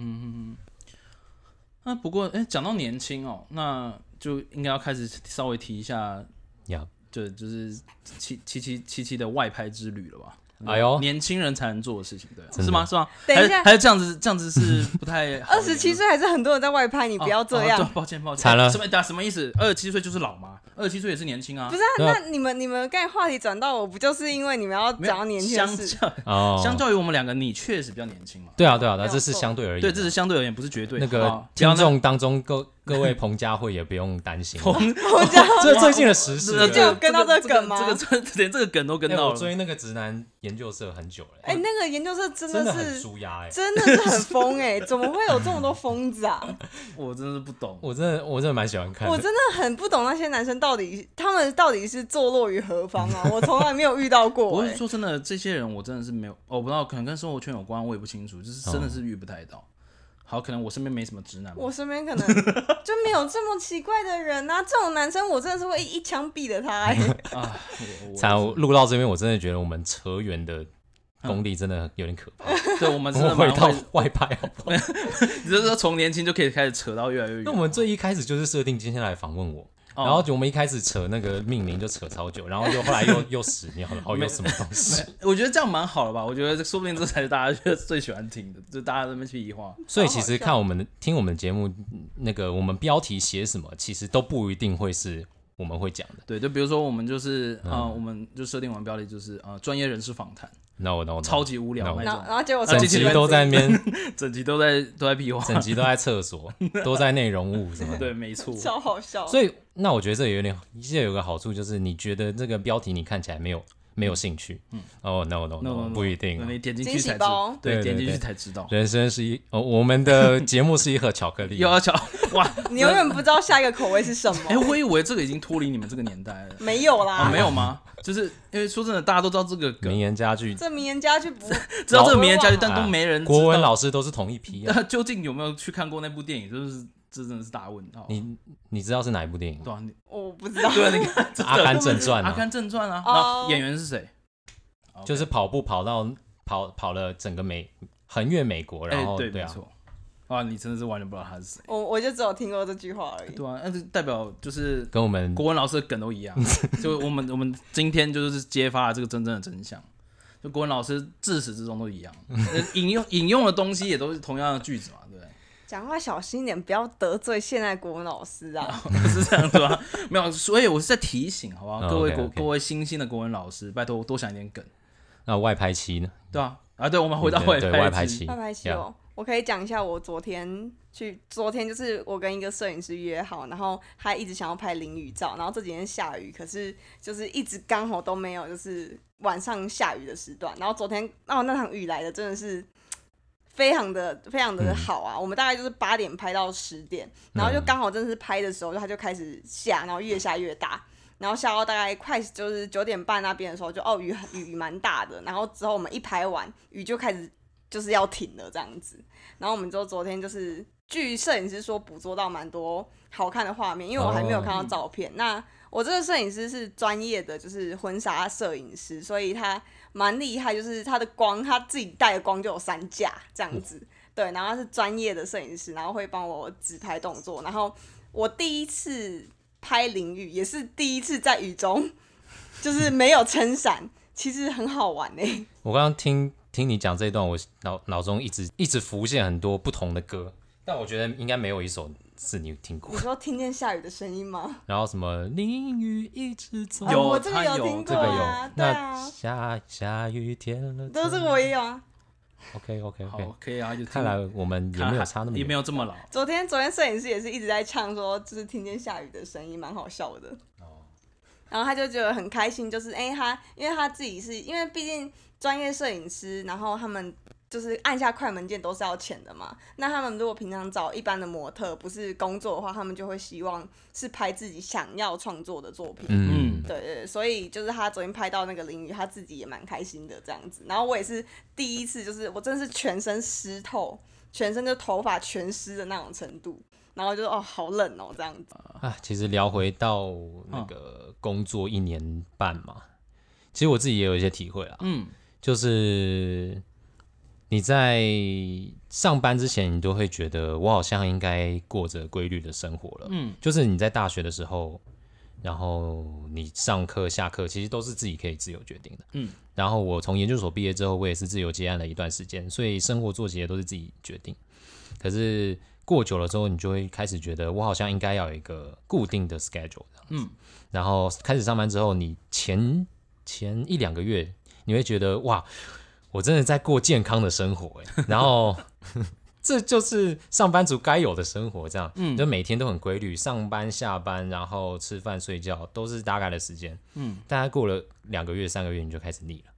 Speaker 3: 那不过，哎、讲到年轻哦，那就应该要开始稍微提一下
Speaker 1: 呀、
Speaker 3: 对，就是七七七七七的外拍之旅了吧？
Speaker 1: 哎呦
Speaker 3: 年轻人才能做的事情，对啊，
Speaker 1: 真的
Speaker 3: 是吗？是吗？
Speaker 2: 等一下
Speaker 3: 还是还是这样子，这样子是不
Speaker 2: [LAUGHS]
Speaker 3: 太好的
Speaker 2: 二十七岁还是很多人在外拍，你不要这样。
Speaker 3: 哦哦对抱歉，抱歉，
Speaker 1: 惨了
Speaker 3: 什么？打什么意思？二十七岁就是老吗？二十七岁也是年轻啊，
Speaker 2: 不
Speaker 3: 是
Speaker 2: 是啊，
Speaker 1: 对啊
Speaker 2: 那你们你们刚才话题转到我，不就是因为你们要讲到年轻的
Speaker 3: 相
Speaker 2: 事？
Speaker 3: 较
Speaker 1: 哦，
Speaker 3: 相较于我们两个，你确实比较年轻嘛。
Speaker 1: 对啊对啊，
Speaker 2: 没
Speaker 1: 那
Speaker 2: 有
Speaker 1: 这是
Speaker 2: 错
Speaker 1: 相对而言，
Speaker 3: 对，这是相对而言，不是绝对。
Speaker 1: 那
Speaker 3: 好不
Speaker 1: 个
Speaker 3: 好
Speaker 1: 听众当中各各位彭佳慧也不用担心，
Speaker 2: [LAUGHS] 我讲
Speaker 1: 这是最近的时事
Speaker 3: 这
Speaker 1: 了，
Speaker 2: 你就有跟到
Speaker 3: 这
Speaker 2: 这个梗吗
Speaker 3: 这个这个这连这个梗都跟
Speaker 1: 哎
Speaker 3: 到
Speaker 1: 我
Speaker 3: 了。
Speaker 1: 追那个直男研究社很久了、
Speaker 2: 哎、那个研究社真
Speaker 1: 真的很
Speaker 2: 是
Speaker 1: 舒压哎，
Speaker 2: 真的是很疯哎、怎么会有这么多疯子啊？
Speaker 3: 我真的是不懂。
Speaker 1: 我真的我真的蛮喜欢
Speaker 3: [LAUGHS]
Speaker 1: 看
Speaker 2: 我
Speaker 1: 的。
Speaker 2: 真的很不懂那些男生到底他们到底是坐落于何方
Speaker 3: [LAUGHS]
Speaker 2: 啊？我从来没有遇到过、
Speaker 3: 我
Speaker 2: 欸
Speaker 3: 是。说真的，这些人我真的是没有，哦我不知道，可能跟生活圈有关，我也不清楚，就是真的是遇不太到。好，可能我身边没什么直男吧，
Speaker 2: 我身边
Speaker 3: [LAUGHS]
Speaker 2: 可能就没有这么奇怪的人啊，这种男生我真的是会一一枪毙了他、
Speaker 3: [LAUGHS]
Speaker 2: 欸。
Speaker 3: 啊，我我
Speaker 1: 才 [LAUGHS] 录到这边，我真的觉嗯得我们扯远的功力真的有点可怕。
Speaker 3: 对我们
Speaker 1: 我
Speaker 3: 真的
Speaker 1: 们回
Speaker 3: 蛮
Speaker 1: 到
Speaker 3: 会，
Speaker 1: [LAUGHS] 外哦拍好不好？
Speaker 3: 你就是说从年轻就可以开始扯到越来越远。
Speaker 1: 那我们最一开始就是设定今天来访问我，
Speaker 3: 哦
Speaker 1: 然后就我们一开始扯那个命名就扯超久，然后又后来又又屎尿，然后又什么东西，
Speaker 3: 我觉得这样蛮好的吧，我觉得这说不定这才是大家觉得最喜欢听的，就大家在那边去移花。
Speaker 1: 所以其实看我们的听我们的节目，那个我们标题写什么，其实都不一定会是我们会讲的。
Speaker 3: 对，就比如说我们就是
Speaker 1: 嗯
Speaker 3: 啊、呃我们就设定完标题就是啊，呃专、业人士访谈，
Speaker 1: no no，no
Speaker 3: 超级无聊那
Speaker 2: 然后然
Speaker 3: 种，
Speaker 2: 后结果
Speaker 1: 整
Speaker 2: 说
Speaker 1: 集都在那边，
Speaker 3: 整集都在都在屁 [LAUGHS] 话。
Speaker 1: 整集都在厕所，
Speaker 3: [LAUGHS]
Speaker 1: 都在内容物什么的。
Speaker 3: 对，没错。
Speaker 2: 超好笑。
Speaker 1: 所以那我觉得这也有点，这有个好处就是，你觉得这个标题你看起来没有没有兴趣，嗯，哦 no no
Speaker 3: No, no,
Speaker 1: no，
Speaker 3: no
Speaker 1: 不一定哦。
Speaker 3: 你点进去
Speaker 2: 惊喜
Speaker 3: 才知
Speaker 2: 包
Speaker 3: 道，对，
Speaker 1: 对对
Speaker 3: 点进去
Speaker 1: 对
Speaker 3: 才知道。
Speaker 1: 人生是一，哦，我们的节目是一盒巧
Speaker 3: [LAUGHS]
Speaker 1: 克力，
Speaker 3: 又要巧哇！
Speaker 2: 你永远不知道下一个口味是什么。。
Speaker 3: 哎、我以为这个已经脱离你们这个年代了
Speaker 2: 没有啦，
Speaker 3: 啊，没有吗？就是因为说真的，大家都知道这个
Speaker 1: 名
Speaker 3: 梗，
Speaker 1: 言佳句，
Speaker 2: 这名言家具
Speaker 3: [LAUGHS]
Speaker 2: 不
Speaker 3: 知道这个名言佳句，
Speaker 2: 老
Speaker 3: 但都没人知道。
Speaker 1: 哎国文老师都是同一批啊。
Speaker 3: 那 [LAUGHS] 究竟有没有去看过那部电影？就是这真的是大问号。
Speaker 1: 你你知道是哪一部电影吗？
Speaker 3: 对啊，你
Speaker 2: 我不知道。
Speaker 3: 对啊，你看
Speaker 1: 《阿甘正传》
Speaker 3: 《阿
Speaker 1: 啊，
Speaker 3: 甘正传》啊，
Speaker 2: 哦
Speaker 3: 那演员是谁？
Speaker 1: 就是跑步跑到跑跑了整个美横越美国，
Speaker 3: 哎
Speaker 1: 然，后
Speaker 3: 对，没
Speaker 1: 对啊，
Speaker 3: 错。啊，你真的是完全不知道他是谁。
Speaker 2: 我我就只有听过这句话而已。
Speaker 3: 对啊，那就代表就是
Speaker 1: 跟我们
Speaker 3: 国文老师的梗都一样，啊
Speaker 1: [LAUGHS]
Speaker 3: 就我们我们今天就是揭发了这个真正的真相。就国文老师自始至终都一
Speaker 1: [LAUGHS]
Speaker 3: 样，呃引用引用的东西也都是同样的句子嘛，对不对？
Speaker 2: 讲话小心一点，不要得罪现在国文老师啊！
Speaker 3: [LAUGHS] 是这样对吧？没有，所以我是在提醒，好不
Speaker 1: 嗯
Speaker 3: 好？各位
Speaker 1: OK，
Speaker 3: 国
Speaker 1: OK
Speaker 3: 各位新兴的国文老师，拜托多想一点梗，
Speaker 1: 那啊外拍期呢？
Speaker 3: 对吧？啊， [LAUGHS] 对，我们回到
Speaker 1: 嗯对对外拍
Speaker 3: 拍
Speaker 1: 期，
Speaker 2: 拜拜，希
Speaker 1: 呀
Speaker 2: 哦，我可以讲一下我昨天去，昨天就是我跟一个摄影师约好，然后他一直想要拍淋雨照，然后这几天下雨，可是就是一直刚好都没有，就是晚上下雨的时段。然后昨天哦，那场雨来的真的是。非常的非常的好啊！我们大概就是八点拍到十点，然后就刚好真的是拍的时候，它就开始下，然后越下越大，然后下到大概快就是九点半那边的时候就，哦雨雨雨蛮大的，然后之后我们一拍完雨就开始就是要停了这样子，然后我们就昨天就是据摄影师说捕捉到蛮多好看的画面，因为我还没有看到照片。那我这个摄影师是专业的，就是婚纱摄影师，所以他蛮厉害，就是他的光他自己带的光就有三架这样子。对，然后他是专业的摄影师，然后会帮我指拍动作。然后我第一次拍淋雨，也是第一次在雨中， [LAUGHS] 就是没有撑伞，其实很好玩呢、欸
Speaker 1: 我刚刚听听你讲这一段，我脑脑中一直一直浮现很多不同的歌，但我觉得应该没有一首是你听过
Speaker 2: 你。说听见下雨的声音吗？
Speaker 1: 然后什么淋雨一直走，
Speaker 2: 啊
Speaker 3: 有
Speaker 2: 我这个
Speaker 3: 他有
Speaker 2: 听
Speaker 1: 这
Speaker 2: 过
Speaker 1: 个有。
Speaker 2: 啊，对
Speaker 1: 那
Speaker 2: 啊，
Speaker 1: 下下雨天了，
Speaker 2: 都这个我也有啊。
Speaker 1: OK OK
Speaker 3: 好
Speaker 1: OK。，
Speaker 3: 可以啊，就听
Speaker 1: 看来我们也没有差那么
Speaker 3: [LAUGHS] 也没
Speaker 1: 远。
Speaker 3: 有这么老。
Speaker 2: 昨天昨天摄影师也是一直在唱说，就是听见下雨的声音，蛮好笑的。然后他就觉得很开心，就是哎、他因为他自己是因为毕竟专业摄影师，然后他们就是按下快门键都是要钱的嘛。那他们如果平常找一般的模特，不是工作的话，他们就会希望是拍自己想要创作的作品。
Speaker 1: 嗯，
Speaker 2: 对对，对所以就是他昨天拍到那个淋雨，他自己也蛮开心的这样子。然后我也是第一次，就是我真的是全身湿透，全身就头发全湿的那种程度。然后就哦，好冷哦，这样子。
Speaker 1: 啊，其实聊回到那个工作一年半嘛，其实我自己也有一些体会啊，
Speaker 3: 嗯，
Speaker 1: 就是你在上班之前，你都会觉得我好像应该过着规律的生活了，
Speaker 3: 嗯，
Speaker 1: 就是你在大学的时候，然后你上课下课其实都是自己可以自由决定的，
Speaker 3: 嗯，
Speaker 1: 然后我从研究所毕业之后，我也是自由接案了一段时间，所以生活作息也都是自己决定，可是。过久了之后，你就会开始觉得我好像应该要有一个固定的 schedule，
Speaker 3: 嗯，
Speaker 1: 然后开始上班之后，你前前一两个月你会觉得哇，我真的在过健康的生活
Speaker 3: [LAUGHS]
Speaker 1: 哎，然后 [LAUGHS] 这就是上班族该有的生活，这样，嗯，就每天都很规律，上班下班，然后吃饭睡觉都是大概的时间，
Speaker 3: 嗯，
Speaker 1: 大概过了两个月三个月你就开始腻了，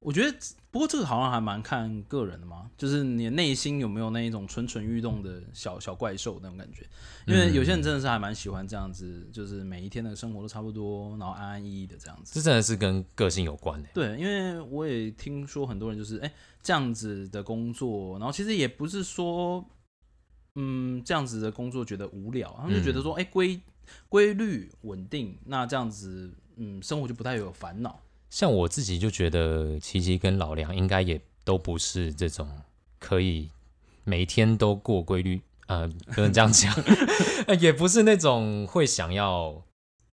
Speaker 3: 我觉得，不过这个好像还蛮看个人的嘛，就是你内心有没有那一种蠢蠢欲动的小小怪兽那种感觉。因为有些
Speaker 1: 嗯
Speaker 3: 人真的是还蛮喜欢这样子，就是每一天的生活都差不多，然后安安逸逸的这样子。
Speaker 1: 这真的是跟个性有关欸的、
Speaker 3: 对，因为我也听说很多人就是哎、这样子的工作，然后其实也不是说，嗯，这样子的工作觉得无聊，他们就
Speaker 1: 嗯
Speaker 3: 觉得说哎规规律稳定，那这样子嗯生活就不太有烦恼。
Speaker 1: 像我自己就觉得琪琪跟老梁应该也都不是这种可以每天都过规律，呃，不能这样讲， [LAUGHS] 呃也不是那种会想要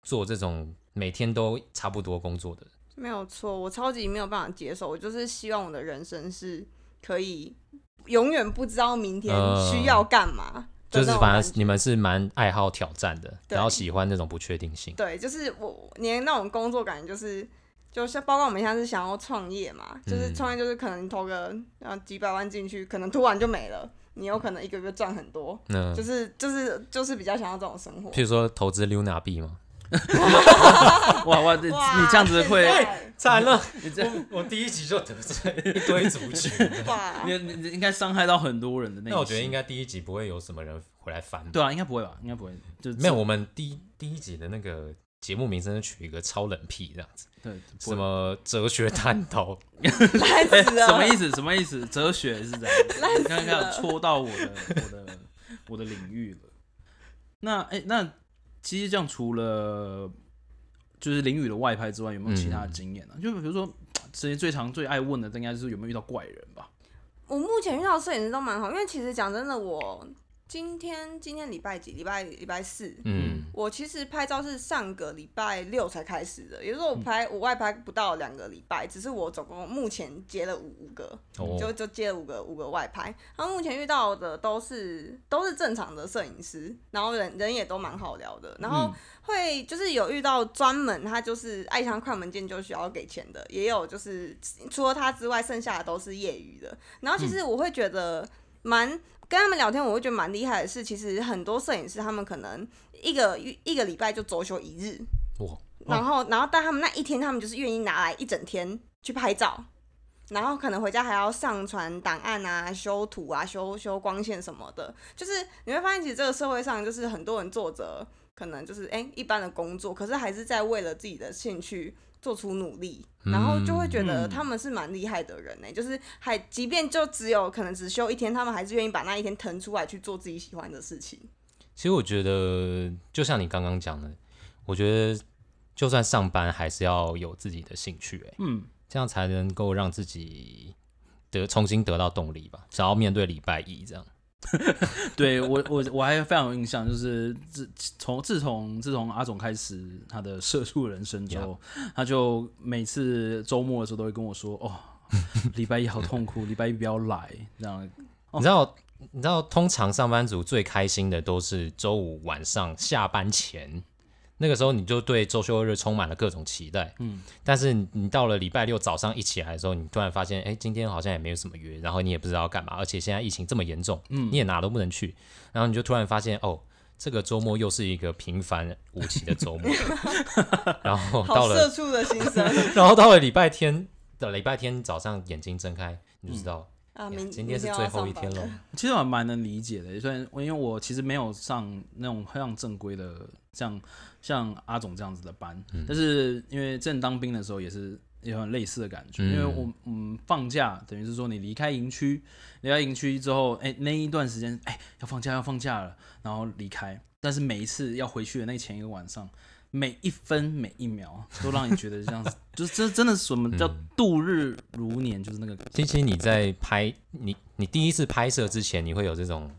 Speaker 1: 做这种每天都差不多工作的人。
Speaker 2: 没有错，我超级没有办法接受，我就是希望我的人生是可以永远不知道明天
Speaker 1: 呃
Speaker 2: 需要干嘛的那
Speaker 1: 就是
Speaker 2: 种
Speaker 1: 反
Speaker 2: 感觉、
Speaker 1: 而你们是蛮爱好挑战的，
Speaker 2: 对
Speaker 1: 然后喜欢那种不确定性。
Speaker 2: 对，就是我连那种工作感就是。就是包括我们现在是想要创业嘛，就是
Speaker 1: 嗯
Speaker 2: 创业就是可能投个啊几百万进去，可能突然就没了，你有可能一个月赚很多，
Speaker 1: 那
Speaker 3: 嗯
Speaker 2: 就是就是就是比较想要这种生活
Speaker 1: 譬。如说投资 Luna 币吗？
Speaker 3: 哇哇，这
Speaker 2: 哇
Speaker 3: 你这样子
Speaker 2: 现
Speaker 3: 会，
Speaker 2: 在
Speaker 1: [LAUGHS] 惨
Speaker 2: [LAUGHS]
Speaker 1: 了，
Speaker 3: 你这
Speaker 1: 我第一集就得罪一堆族群。
Speaker 2: [LAUGHS]
Speaker 3: [LAUGHS] [LAUGHS]
Speaker 2: 哇，
Speaker 3: 你你你应该伤害到很多人的那。
Speaker 1: 那我觉得应该第一集不会有什么人回来翻吧。
Speaker 3: 对啊，应该不会吧？应该不会，就
Speaker 1: 没有，我们第一第一集的那个节目名称就取一个超冷僻这样子，
Speaker 3: 对不
Speaker 1: 什
Speaker 3: 会
Speaker 1: 么哲学
Speaker 2: [LAUGHS]
Speaker 1: 探讨，
Speaker 3: [LAUGHS]
Speaker 2: 烂死了！
Speaker 3: 什么意思？什么意思？哲学是这样，你刚刚有戳到我的我的我的领域了。那哎、那其实这样除了就是淋雨的外拍之外，有没有其他的经验呢、啊就比如说，之前最常最爱问的，应该就是有没有遇到怪人吧？
Speaker 2: 我目前遇到的摄影师都蛮好，因为其实讲真的，我今天今天礼拜几？礼拜礼拜四。
Speaker 1: 嗯，
Speaker 2: 我其实拍照是上个礼拜六才开始的，也就是说我拍我外拍不到两个礼拜，只是我总共目前接了五五个，就
Speaker 1: 哦，
Speaker 2: 就接了五个五个外拍。然后目前遇到的都是都是正常的摄影师，然后人人也都蛮好聊的，然后
Speaker 3: 嗯
Speaker 2: 会就是有遇到专门他就是爱上快门键就需要给钱的，也有就是除了他之外，剩下的都是业余的。然后其实我会觉得蛮、跟他们聊天，我会觉得蛮厉害的是，其实很多摄影师他们可能一个一个礼拜就周休一日，
Speaker 1: 哇，
Speaker 2: 然后然后但他们那一天他们就是愿意拿来一整天去拍照。然后可能回家还要上传档案啊、修图啊、修修光线什么的，就是你会发现，其实这个社会上就是很多人做着可能就是哎、诶一般的工作，可是还是在为了自己的兴趣做出努力，然后就会觉得
Speaker 3: 嗯
Speaker 2: 他们是蛮厉害的人呢、欸就是还即便就只有可能只休一天，他们还是愿意把那一天腾出来去做自己喜欢的事情。
Speaker 1: 其实我觉得就像你刚刚讲的，我觉得就算上班还是要有自己的兴趣、欸，
Speaker 3: 嗯，
Speaker 1: 这样才能够让自己得重新得到动力吧，想要面对礼拜一这样，
Speaker 3: 对我我我还非常有印象，就是自从自从自从阿总开始他的社畜人生之后他就每次周末的时候都会跟我说：“哦，礼拜一好痛苦，礼拜一不要来。”这样哦
Speaker 1: 你知道。你知道，通常上班族最开心的都是周五晚上下班前，那个时候你就对周休日充满了各种期待。
Speaker 3: 嗯，
Speaker 1: 但是你你到了礼拜六早上一起来的时候，你突然发现，哎、今天好像也没有什么约，然后你也不知道要干嘛，而且现在疫情这么严重，
Speaker 3: 嗯
Speaker 1: 你也哪都不能去，然后你就突然发现，哦，这个周末又是一个平凡无奇
Speaker 3: [LAUGHS]
Speaker 1: 的周末，然后哦到
Speaker 2: 好
Speaker 1: 了
Speaker 2: 社畜的心声
Speaker 1: [LAUGHS] 然后到了礼拜天的礼拜天早上眼睛睁开，你就知
Speaker 3: 嗯
Speaker 1: 道、
Speaker 2: 啊！
Speaker 1: 哎呀
Speaker 2: 明
Speaker 1: 今天是
Speaker 2: 明要
Speaker 1: 最后一
Speaker 2: 上班
Speaker 1: 天喽
Speaker 2: 了。。
Speaker 3: 其实我还蛮能理解的，虽然因为我其实没有上那种非常正规的，像像阿总这样子的班，但是因为正当兵的时候也是有很类似的感觉，
Speaker 1: 嗯
Speaker 3: 因为我嗯放假等于是说你离开营区，离开营区之后，哎、那一段时间哎、要放假要放假了，然后离开，但是每一次要回去的那前一个晚上。每一分每一秒都让你觉得这样子，就是 [LAUGHS] 真真的什么叫度日如年，就是那个感觉。
Speaker 1: 其实你在拍你你第一次拍摄之前，你会有这种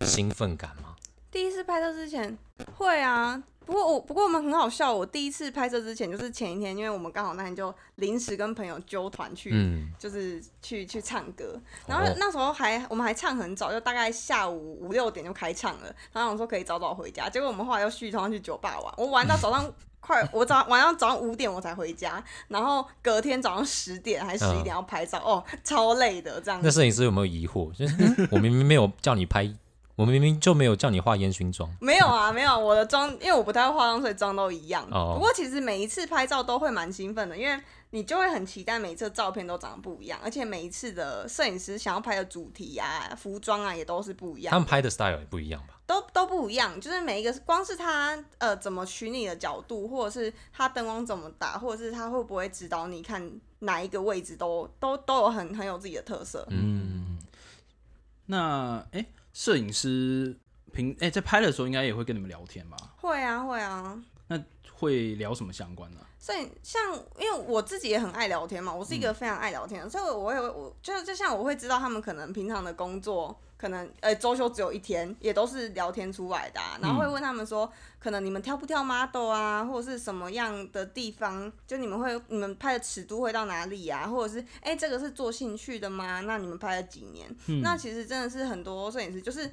Speaker 1: 兴奋感吗？
Speaker 2: 第一次拍摄之前会啊，不过我不过我们很好笑。我第一次拍摄之前就是前一天，因为我们刚好那天就临时跟朋友揪团去，
Speaker 1: 嗯，
Speaker 2: 就是去去唱歌。然后那时候还我们还唱很早，就大概下午五六点就开唱了。然后我说可以早早回家，结果我们后来又续通去酒吧玩，我玩到早上。 [LAUGHS] 快！我早晚上早上五点我才回家，然后隔天早上十点还是十一点要拍照，哦，超累的这样子
Speaker 1: 那。摄影师有没有疑惑？就是嗯我明明没有叫你拍我们明明就没有叫你化烟熏妆。
Speaker 2: 没有啊，没有啊，我的妆，因为我不太会化妆，所以妆都一样。
Speaker 1: 哦
Speaker 2: 不过其实每一次拍照都会蛮兴奋的，因为你就会很期待每一次的照片都长得不一样，而且每一次的摄影师想要拍的主题啊、服装啊也都是不一
Speaker 1: 他
Speaker 2: 样，
Speaker 1: 们拍的 style 也不一样吧？
Speaker 2: 都都不一样。就是每一个，光是他呃怎么取你的角度，或者是他灯光怎么打，或者是他会不会指导你看哪一个位置都，都都有很很有自己的特色。
Speaker 1: 嗯，
Speaker 3: 那哎，诶摄、影师平哎、在拍的时候应该也会跟你们聊天吧？
Speaker 2: 会啊，会啊。
Speaker 3: 那会聊什么相关的、
Speaker 2: 所以像，因为我自己也很爱聊天嘛，我是一个非常爱聊天的，所以我也会，我就就像我会知道他们可能平常的工作，可能呃周休只有一天，也都是聊天出来的啊、然后会问他们说，可能你们挑不挑 model 啊，或者是什么样的地方，就你们会你们拍的尺度会到哪里啊，或者是哎、这个是做兴趣的吗？那你们拍了几年？那其实真的是很多摄影师就是。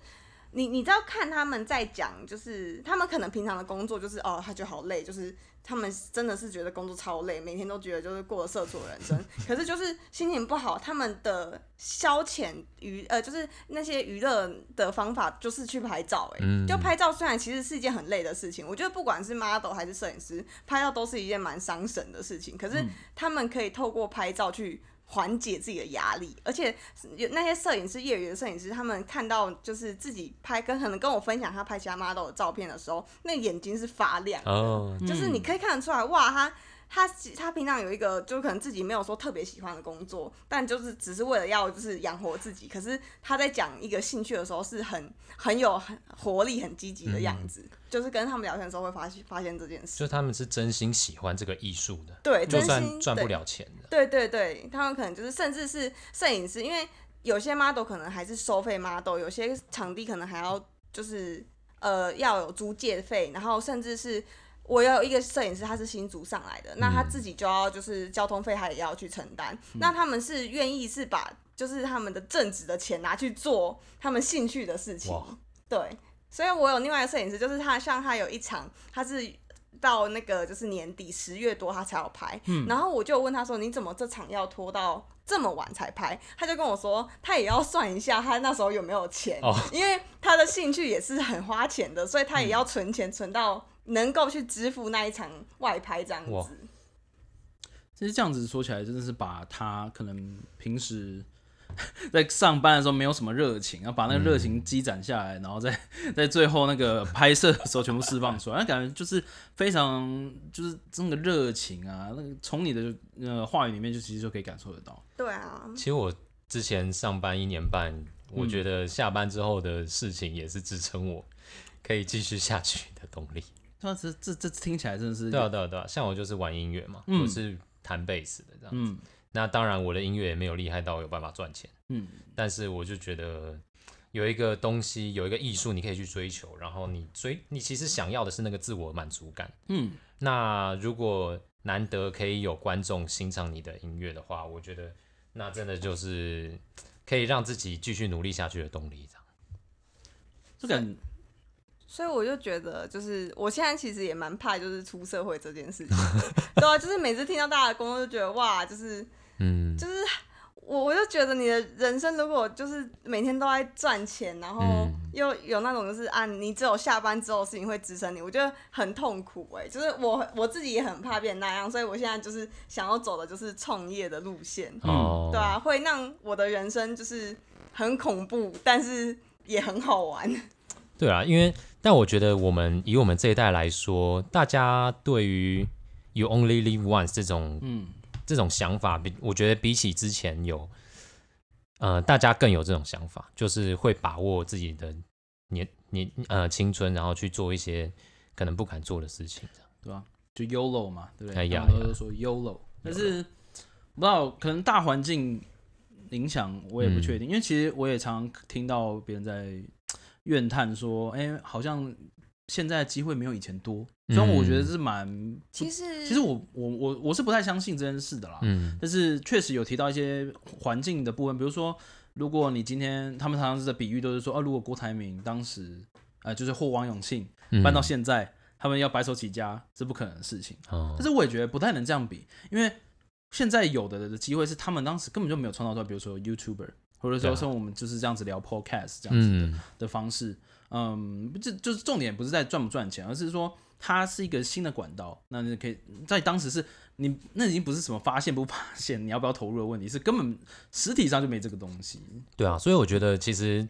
Speaker 2: 你你知道看他们在讲，就是他们可能平常的工作就是哦，他就好累，就是他们真的是觉得工作超累，每天都觉得就是过了社畜的人生。可是就是心情不好，他们的消遣娱呃，就是那些娱乐的方法就是去拍照、欸，哎、
Speaker 1: 嗯
Speaker 2: 就拍照虽然其实是一件很累的事情，我觉得不管是 model 还是摄影师，拍照都是一件蛮伤神的事情。可是他们可以透过拍照去。缓解自己的压力，而且有那些摄影师、业余的摄影师，他们看到就是自己拍跟可能跟我分享他拍其他 model 的照片的时候，那眼睛是发亮的
Speaker 1: 哦，
Speaker 2: 就是
Speaker 3: 嗯
Speaker 2: 你可以看得出来，哇，他他他平常有一个，就是可能自己没有说特别喜欢的工作，但就是只是为了要就是养活自己。可是他在讲一个兴趣的时候，是很很有很活力、很积极的样子，就是跟他们聊天的时候会发现发现这件
Speaker 1: 嗯就
Speaker 2: 事。
Speaker 1: 他们是真心喜欢这个艺术的，
Speaker 2: 对，
Speaker 1: 就
Speaker 2: 真
Speaker 1: 算
Speaker 2: 心
Speaker 1: 赚不
Speaker 2: 对
Speaker 1: 了钱的，
Speaker 2: 对对对，他们可能就是甚至是摄影师，因为有些 model 可能还是收费 model，有些场地可能还要就是呃要有租借费，然后甚至是我有一个摄影师，他是新竹上来的，那
Speaker 1: 嗯
Speaker 2: 他自己就要就是交通费他也要去承担，那他们是愿意是把就是他们的正职的钱拿去做他们兴趣的事情
Speaker 1: 哇，
Speaker 2: 对。所以我有另外一个摄影师，就是他，像他有一场，他是到那个就是年底十月多他才要拍，
Speaker 1: 嗯
Speaker 2: 然后我就问他说：“你怎么这场要拖到这么晚才拍？”他就跟我说，他也要算一下他那时候有没有钱，
Speaker 1: 哦
Speaker 2: 因为他的兴趣也是很花钱的，所以他也要存钱存到能够去支付那一场外拍这样
Speaker 1: 哇
Speaker 2: 子。
Speaker 3: 其实这样子说起来，真的是把他可能平时 [LAUGHS] 在上班的时候没有什么热情，然后把那个热情积攒下来，然后在 [LAUGHS] 在最后那个拍摄的时候全部释放出来，那感觉就是非常就是那个热情啊，那个从你的呃话语里面就其实就可以感受得到。
Speaker 2: 对啊，
Speaker 1: 其实我之前上班一年半，我觉得下班之后的事情也是支撑我可以继续下去的动力。
Speaker 3: 那啊这这这听起来真的是
Speaker 1: 对啊，对啊，对啊，像我就是玩音乐嘛，我是弹贝斯的这样。
Speaker 3: 嗯
Speaker 1: 那当然，我的音乐也没有厉害到有办法赚钱，
Speaker 3: 嗯
Speaker 1: 但是我就觉得有一个东西，有一个艺术，你可以去追求，然后你追，你其实想要的是那个自我满足感。
Speaker 3: 嗯，
Speaker 1: 那如果难得可以有观众欣赏你的音乐的话，我觉得那真的就是可以让自己继续努力下去的动力。这样，
Speaker 3: 这感
Speaker 2: 所以我就觉得，就是我现在其实也蛮怕，就是出社会这件事
Speaker 1: [LAUGHS]
Speaker 2: 情的。对啊，就是每次听到大家的工作，就觉得哇，就是
Speaker 1: 嗯，
Speaker 2: 就是我我就觉得你的人生如果就是每天都在赚钱，然后
Speaker 1: 嗯
Speaker 2: 又有那种就是啊，你只有下班之后事情会支撑你，我觉得很痛苦哎、就是我我自己也很怕变那样，所以我现在就是想要走的就是创业的路线，
Speaker 1: 哦，
Speaker 2: 对啊，会让我的人生就是很恐怖，但是也很好玩。
Speaker 1: 对啊，因为但我觉得我们以我们这一代来说，大家对于 “you only live once” 这种
Speaker 3: 嗯
Speaker 1: 这种想法，比我觉得比起之前有，呃，大家更有这种想法，就是会把握自己的年年呃青春，然后去做一些可能不敢做的事情。
Speaker 3: 对吧、就 YOLO 嘛，对不对？
Speaker 1: 哎呀
Speaker 3: 很多都说 YOLO，但是不知道可能大环境影响，我也不确
Speaker 1: 嗯
Speaker 3: 定、因为其实我也常常听到别人在怨叹说，哎、好像现在机会没有以前多。虽然我觉
Speaker 1: 嗯
Speaker 3: 得是蛮、
Speaker 2: 其实
Speaker 3: 其实我我我我是不太相信这件事的啦，
Speaker 1: 嗯，
Speaker 3: 但是确实有提到一些环境的部分，比如说，如果你今天他们常常是的比喻都是说，啊，如果郭台铭当时，呃，就是或王永庆
Speaker 1: 嗯
Speaker 3: 搬到现在，他们要白手起家是不可能的事情。
Speaker 1: 哦
Speaker 3: 但，是我也觉得不太能这样比，因为现在有的的机会是他们当时根本就没有创造出来，比如说 YouTuber 或者
Speaker 1: 对
Speaker 3: 说
Speaker 1: 啊
Speaker 3: 像我们就是这样子聊 podcast 这样子的、
Speaker 1: 嗯，
Speaker 3: 的方式，嗯，这就是重点不是在赚不赚钱，而是说它是一个新的管道，那你可以在当时是你那已经不是什么发现不发现，你要不要投入的问题，是根本实体上就没这个东西，
Speaker 1: 对啊，所以我觉得其实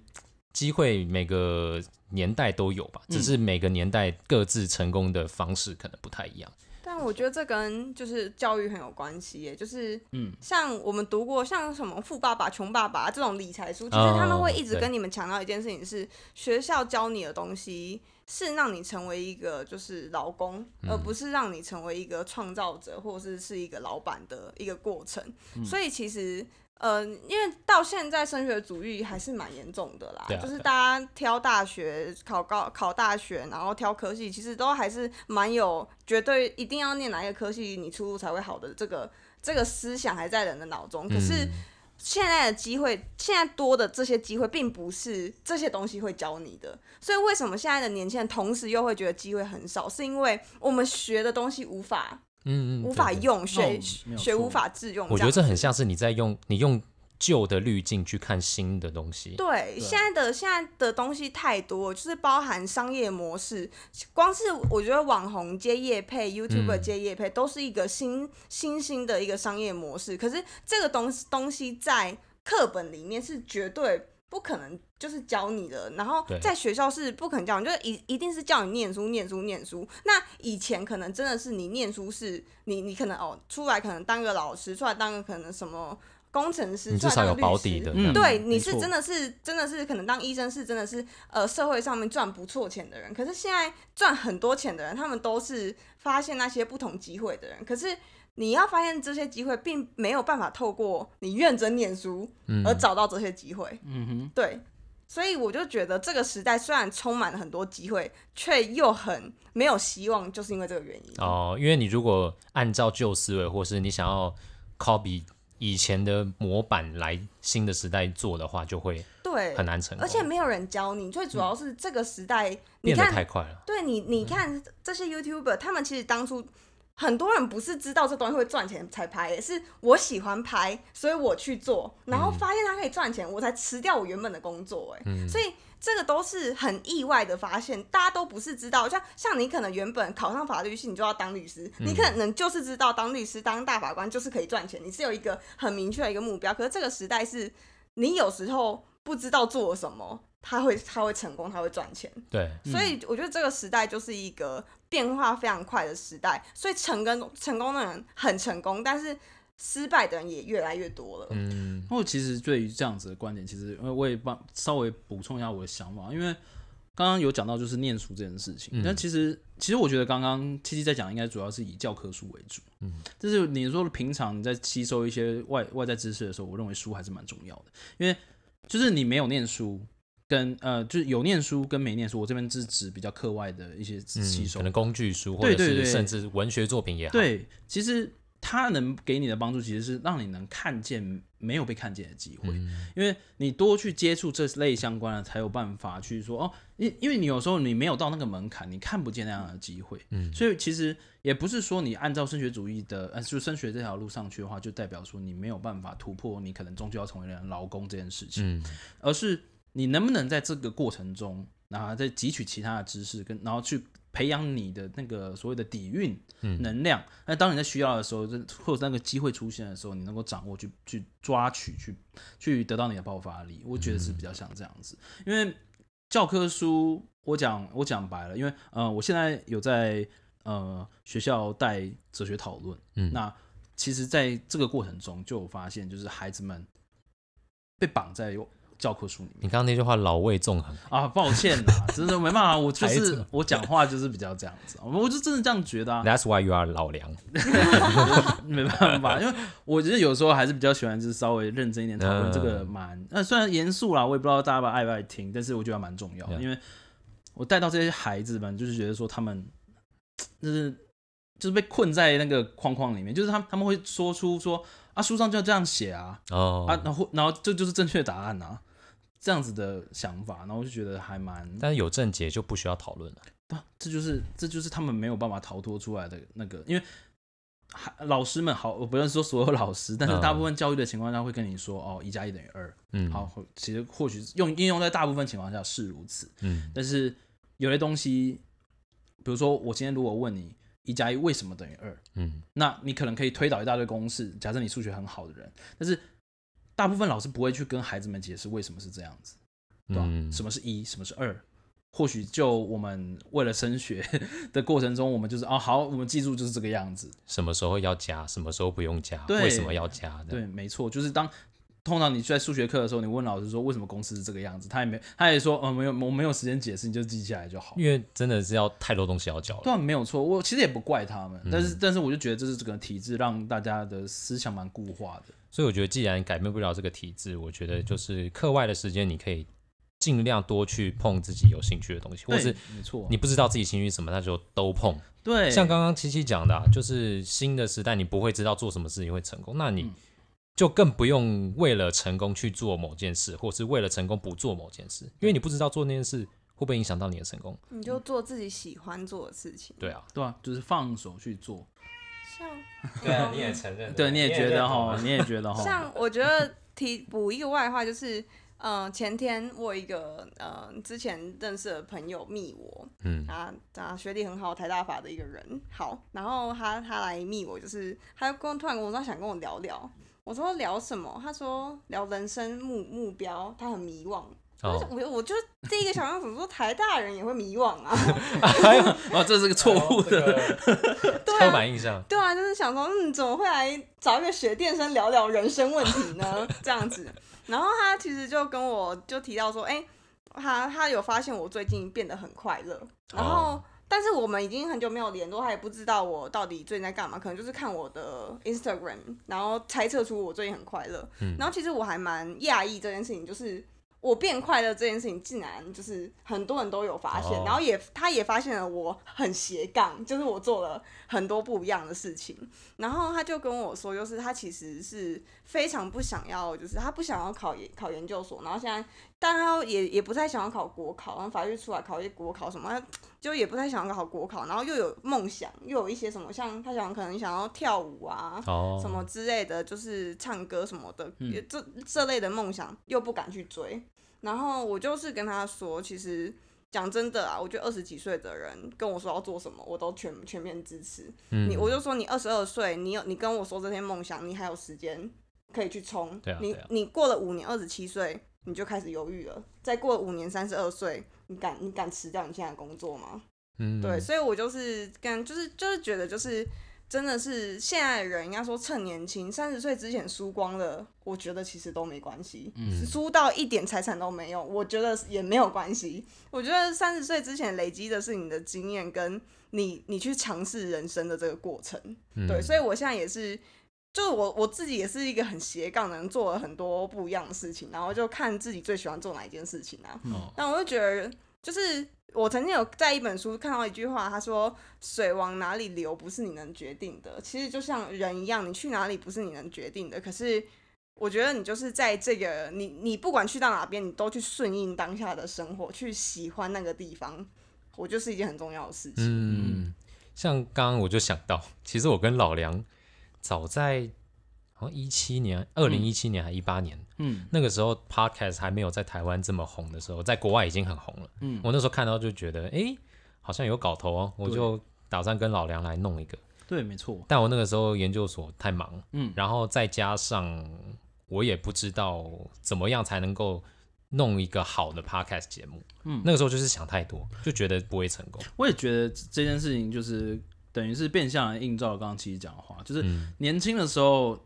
Speaker 1: 机会每个年代都有吧，
Speaker 3: 嗯
Speaker 1: 只是每个年代各自成功的方式可能不太一样。
Speaker 2: 但我觉得这跟就是教育很有关系耶，就是嗯，像我们读过像什么《富爸爸穷爸爸》这种理财书，其实他们会一直
Speaker 1: 对
Speaker 2: 跟你们强调一件事情是，学校教你的东西是让你成为一个就是劳工，而不是让你成为一个创造者或者是是一个老板的一个过程。
Speaker 1: 嗯
Speaker 2: 所以其实。呃，因为到现在升学主义还是蛮严重的啦，
Speaker 1: 对啊
Speaker 2: 就是
Speaker 1: 对啊
Speaker 2: 大家挑大学、考高、考大学，然后挑科系，其实都还是蛮有绝对一定要念哪一个科系，你出路才会好的这个这个思想还在人的脑中。可
Speaker 1: 嗯
Speaker 2: 是现在的机会，现在多的这些机会，并不是这些东西会教你的。所以为什么现在的年轻人同时又会觉得机会很少，是因为我们学的东西无法
Speaker 1: 嗯嗯，
Speaker 2: 无法
Speaker 1: 对对
Speaker 2: 用，
Speaker 3: 对
Speaker 2: 学
Speaker 3: 没有
Speaker 2: 学
Speaker 3: 错
Speaker 2: 无法自用样子。
Speaker 1: 我觉得这很像是你在用你用旧的滤镜去看新的东西。
Speaker 2: 对，现在的现在的东西太多，就是包含商业模式，光是我觉得网红接业配、YouTuber
Speaker 1: 嗯
Speaker 2: 接业配，都是一个新新兴的一个商业模式。可是这个东西东西在课本里面是绝对。不可能，就是教你的，然后
Speaker 1: 对
Speaker 2: 在学校是不可能教你，就是一一定是叫你念书、念书、念书。那以前可能真的是你念书是你你可能哦，出来可能当个老师，出来当个可能什么工程师，
Speaker 1: 你
Speaker 2: 出
Speaker 1: 至
Speaker 2: 来
Speaker 1: 少
Speaker 2: 当
Speaker 1: 有
Speaker 2: 个
Speaker 1: 保
Speaker 2: 律
Speaker 1: 底
Speaker 2: 师，
Speaker 1: 的，
Speaker 3: 嗯
Speaker 2: 对，
Speaker 3: 没
Speaker 2: 你是
Speaker 3: 错
Speaker 2: 真的是真的是可能当医生是真的是呃社会上面赚不错钱的人，可是现在赚很多钱的人，他们都是发现那些不同机会的人，可是。你要发现这些机会，并没有办法透过你认真念书
Speaker 1: 嗯
Speaker 2: 而找到这些机会。
Speaker 3: 嗯哼。
Speaker 2: 对，所以我就觉得这个时代虽然充满了很多机会，却又很没有希望，就是因为这个原因。
Speaker 1: 哦，因为你如果按照旧思维，或是你想要 copy 以前的模板来新的时代做的话，就会
Speaker 2: 对，
Speaker 1: 很难成功，
Speaker 2: 而且没有人教你，最主要是这个时代，你
Speaker 1: 变得
Speaker 2: 看
Speaker 1: 太快了。
Speaker 2: 对你，你看这些 YouTuber，他们其实当初很多人不是知道这东西会赚钱才拍，是我喜欢拍，所以我去做，然后发现它可以赚钱，我才辞掉我原本的工作。哎、所以这个都是很意外的发现，大家都不是知道。像像你可能原本考上法律系，你就要当律师，你可能就是知道当律师、当大法官就是可以赚钱，你是有一个很明确的一个目标。可是这个时代是，你有时候不知道做什么，他会他会成功，他会赚钱。
Speaker 1: 对，
Speaker 2: 所以我觉得这个时代就是一个变化非常快的时代，所以成功成功的人很成功，但是失败的人也越来越多了。
Speaker 1: 嗯，
Speaker 3: 那我其实对于这样子的观点，其实呃我也帮稍微补充一下我的想法，因为刚刚有讲到就是念书这件事
Speaker 1: 嗯
Speaker 3: 情，那、其实其实我觉得刚刚七七在讲，应该主要是以教科书为主，嗯，就是你说的平常你在吸收一些外外在知识的时候，我认为书还是蛮重要的，因为就是你没有念书。跟呃，就是有念书跟没念书，我这边是指比较课外的一些吸
Speaker 1: 嗯，
Speaker 3: 收
Speaker 1: 可，能工具书或
Speaker 3: 对
Speaker 1: 者
Speaker 3: 对
Speaker 1: 是
Speaker 3: 对
Speaker 1: 甚至文学作品也好，
Speaker 3: 对，其实它能给你的帮助，其实是让你能看见没有被看见的机会，
Speaker 1: 嗯
Speaker 3: 因为你多去接触这类相关的，才有办法去说哦，因因为你有时候你没有到那个门槛，你看不见那样的机会，嗯，所以其实也不是说你按照升学主义的，呃，就升学这条路上去的话，就代表说你没有办法突破，你可能终究要成为人劳工这件事情，
Speaker 1: 嗯，
Speaker 3: 而是你能不能在这个过程中，然后再汲取其他的知识，跟然后去培养你的那个所谓的底蕴、
Speaker 1: 嗯
Speaker 3: 能量。那当你在需要的时候，就或者那个机会出现的时候，你能够掌握去去抓取去去得到你的爆发力。我觉得是
Speaker 1: 嗯
Speaker 3: 比较像这样子，因为教科书，我讲我讲白了，因为呃，我现在有在呃学校带哲学讨论，
Speaker 1: 嗯
Speaker 3: 那其实在这个过程中就有发现，就是孩子们被绑在教科书里面
Speaker 1: 你刚刚那句话老味纵横，
Speaker 3: 啊，抱歉
Speaker 1: [LAUGHS]
Speaker 3: 啦，真的没办法，我就
Speaker 1: 孩
Speaker 3: 是
Speaker 1: 子
Speaker 3: 我讲话就是比较这样子，我就真的这样觉得啊，
Speaker 1: That's why you are 老梁。
Speaker 3: [LAUGHS] 没办法，因为我觉得有时候还是比较喜欢就是稍微认真一点讨论
Speaker 1: 嗯
Speaker 3: 这个蛮，那、虽然严肃啦，我也不知道大家爱不爱听，但是我觉得蛮重要的，
Speaker 1: Yeah
Speaker 3: 因为我带到这些孩子们，就是觉得说他们就是就是被困在那个框框里面，就是他们他们会说出说啊书上就这样写啊，
Speaker 1: 哦，
Speaker 3: 啊然后然后这就是正确答案啊。这样子的想法，然后我就觉得还蛮
Speaker 1: 但是有症结就不需要讨论了。
Speaker 3: 啊，这就是这就是他们没有办法逃脱出来的那个，因为还老师们好，我不要说所有老师，但是大部分教育的情况下会跟你说，哦，一加一等于二。
Speaker 1: 嗯，
Speaker 3: 好，或其实或许用应用在大部分情况下是如此，
Speaker 1: 嗯，
Speaker 3: 但是有些东西，比如说我今天如果问你一加一为什么等于二，
Speaker 1: 嗯，
Speaker 3: 那你可能可以推导一大堆公式。假设你数学很好的人，但是大部分老师不会去跟孩子们解释为什么是这样子，对吧？
Speaker 1: 嗯，
Speaker 3: 什么是一，什么是二？或许就我们为了升学的过程中，我们就是哦，好，我们记住就是这个样子。
Speaker 1: 什么时候要加，什么时候不用加，
Speaker 3: 对
Speaker 1: 为什么要加？
Speaker 3: 对，，没错，就是当通常你在数学课的时候，你问老师说为什么公式是这个样子，他也没，他也说，嗯，没有，我没有时间解释，你就记下来就好。
Speaker 1: 因为真的是要太多东西要教
Speaker 3: 对啊，
Speaker 1: 了。
Speaker 3: 没有错，我其实也不怪他
Speaker 1: 嗯
Speaker 3: 们，但是但是我就觉得这是这个体制让大家的思想蛮固化的。
Speaker 1: 所以我觉得，既然改变不了这个体制，我觉得
Speaker 3: 嗯
Speaker 1: 就是课外的时间，你可以尽量多去碰自己有兴趣的东西，或
Speaker 3: 对，
Speaker 1: 是
Speaker 3: 没错，
Speaker 1: 你不知道自己兴趣是什么，那就都碰。
Speaker 3: 对
Speaker 1: 像刚刚七七讲的、啊，就是新的时代，你不会知道做什么事情会成功，那你
Speaker 3: 嗯
Speaker 1: 就更不用为了成功去做某件事，或是为了成功不做某件事，因为你不知道做那件事会不会影响到你的成功。
Speaker 2: 你就做自己喜欢做的事情。
Speaker 1: 对啊，
Speaker 3: 对啊，就是放手去做。
Speaker 2: 像
Speaker 1: 对啊，你也承认啊
Speaker 3: 对，你也啊觉得哈，你也觉得
Speaker 1: 哦
Speaker 3: 哈，
Speaker 2: 像我觉得提补一个外话，就是，嗯、前天我有一个呃之前认识的朋友密我，
Speaker 1: 嗯
Speaker 2: 啊啊学历很好，台大法的一个人，好，然后他他来密我，就是他跟我突然跟我说他想跟我聊聊，我说聊什么？他说聊人生目目标，他很迷惘。但是
Speaker 1: 哦，
Speaker 2: 我就我就第一个想到怎么说台大人也会迷惘啊，
Speaker 3: 哦，这是个错误的，
Speaker 1: 的刻板印象，
Speaker 2: 对啊，就是想说，嗯，怎么会来找一个学电生聊聊人生问题呢？这样子。然后他其实就跟我就提到说，哎、他他有发现我最近变得很快乐，然后。
Speaker 1: 哦
Speaker 2: 但是我们已经很久没有联络，他也不知道我到底最近在干嘛，可能就是看我的 Instagram，然后猜测出我最近很快乐。
Speaker 1: 嗯
Speaker 2: 然后其实我还蛮讶异这件事情，就是我变快乐这件事情，竟然就是很多人都有发现，
Speaker 1: 哦
Speaker 2: 然后也他也发现了我很斜杠，就是我做了很多不一样的事情。然后他就跟我说，就是他其实是非常不想要，就是他不想要考研考研究所，然后现在，但他也也不太想要考国考，然后法律出来考一些国考什么，他就也不太想要考国考，然后又有梦想，又有一些什么，像他想可能想要跳舞啊，
Speaker 1: 哦，
Speaker 2: 什么之类的，就是唱歌什么的，
Speaker 3: 嗯
Speaker 2: 也这这类的梦想又不敢去追。然后我就是跟他说，其实讲真的啊，我觉得二十几岁的人跟我说要做什么，我都全全面支持。
Speaker 1: 嗯？
Speaker 2: 你我就说你二十二岁，你有你跟我说这些梦想，你还有时间可以去冲。
Speaker 1: 对啊
Speaker 2: 你
Speaker 1: 对啊
Speaker 2: 你过了五年，二十七岁你就开始犹豫了，再过了五年，三十二岁，你敢你敢辞掉你现在的工作吗？
Speaker 1: 嗯
Speaker 2: 对，所以我就是跟就是就是觉得就是真的是现在的人，应该说趁年轻，三十岁之前输光了，我觉得其实都没关系，
Speaker 3: 嗯
Speaker 2: 输到一点财产都没有，我觉得也没有关系。我觉得三十岁之前累积的是你的经验，跟你你去尝试人生的这个过程。
Speaker 1: 嗯
Speaker 2: 对，所以我现在也是，就是我我自己也是一个很斜杠的人，做了很多不一样的事情，然后就看自己最喜欢做哪一件事情啊。
Speaker 3: 嗯
Speaker 1: 哦
Speaker 2: 但我就觉得，就是我曾经有在一本书看到一句话，他说：“水往哪里流不是你能决定的，其实就像人一样，你去哪里不是你能决定的。可是我觉得你就是在这个你你不管去到哪边，你都去顺应当下的生活，去喜欢那个地方，我觉得是一件很重要的事情。
Speaker 1: 嗯，像刚刚我就想到， [LAUGHS] 其实我跟老梁早在好像一七年、二零一七年还一八年、
Speaker 3: 嗯
Speaker 1: 那个时候，podcast 还没有在台湾这么红的时候，在国外已经很红了。
Speaker 3: 嗯，
Speaker 1: 我那时候看到就觉得，哎、好像有搞头哦，我
Speaker 3: 对
Speaker 1: 就打算跟老梁来弄一个。
Speaker 3: 对，没错，
Speaker 1: 但我那个时候研究所太忙，
Speaker 3: 嗯
Speaker 1: 然后再加上我也不知道怎么样才能够弄一个好的 podcast 节目，
Speaker 3: 嗯
Speaker 1: 那个时候就是想太多，就觉得不会成功。
Speaker 3: 我也觉得这件事情就是等于是变相地映照了刚刚七七讲的话，就是
Speaker 1: 嗯
Speaker 3: 年轻的时候，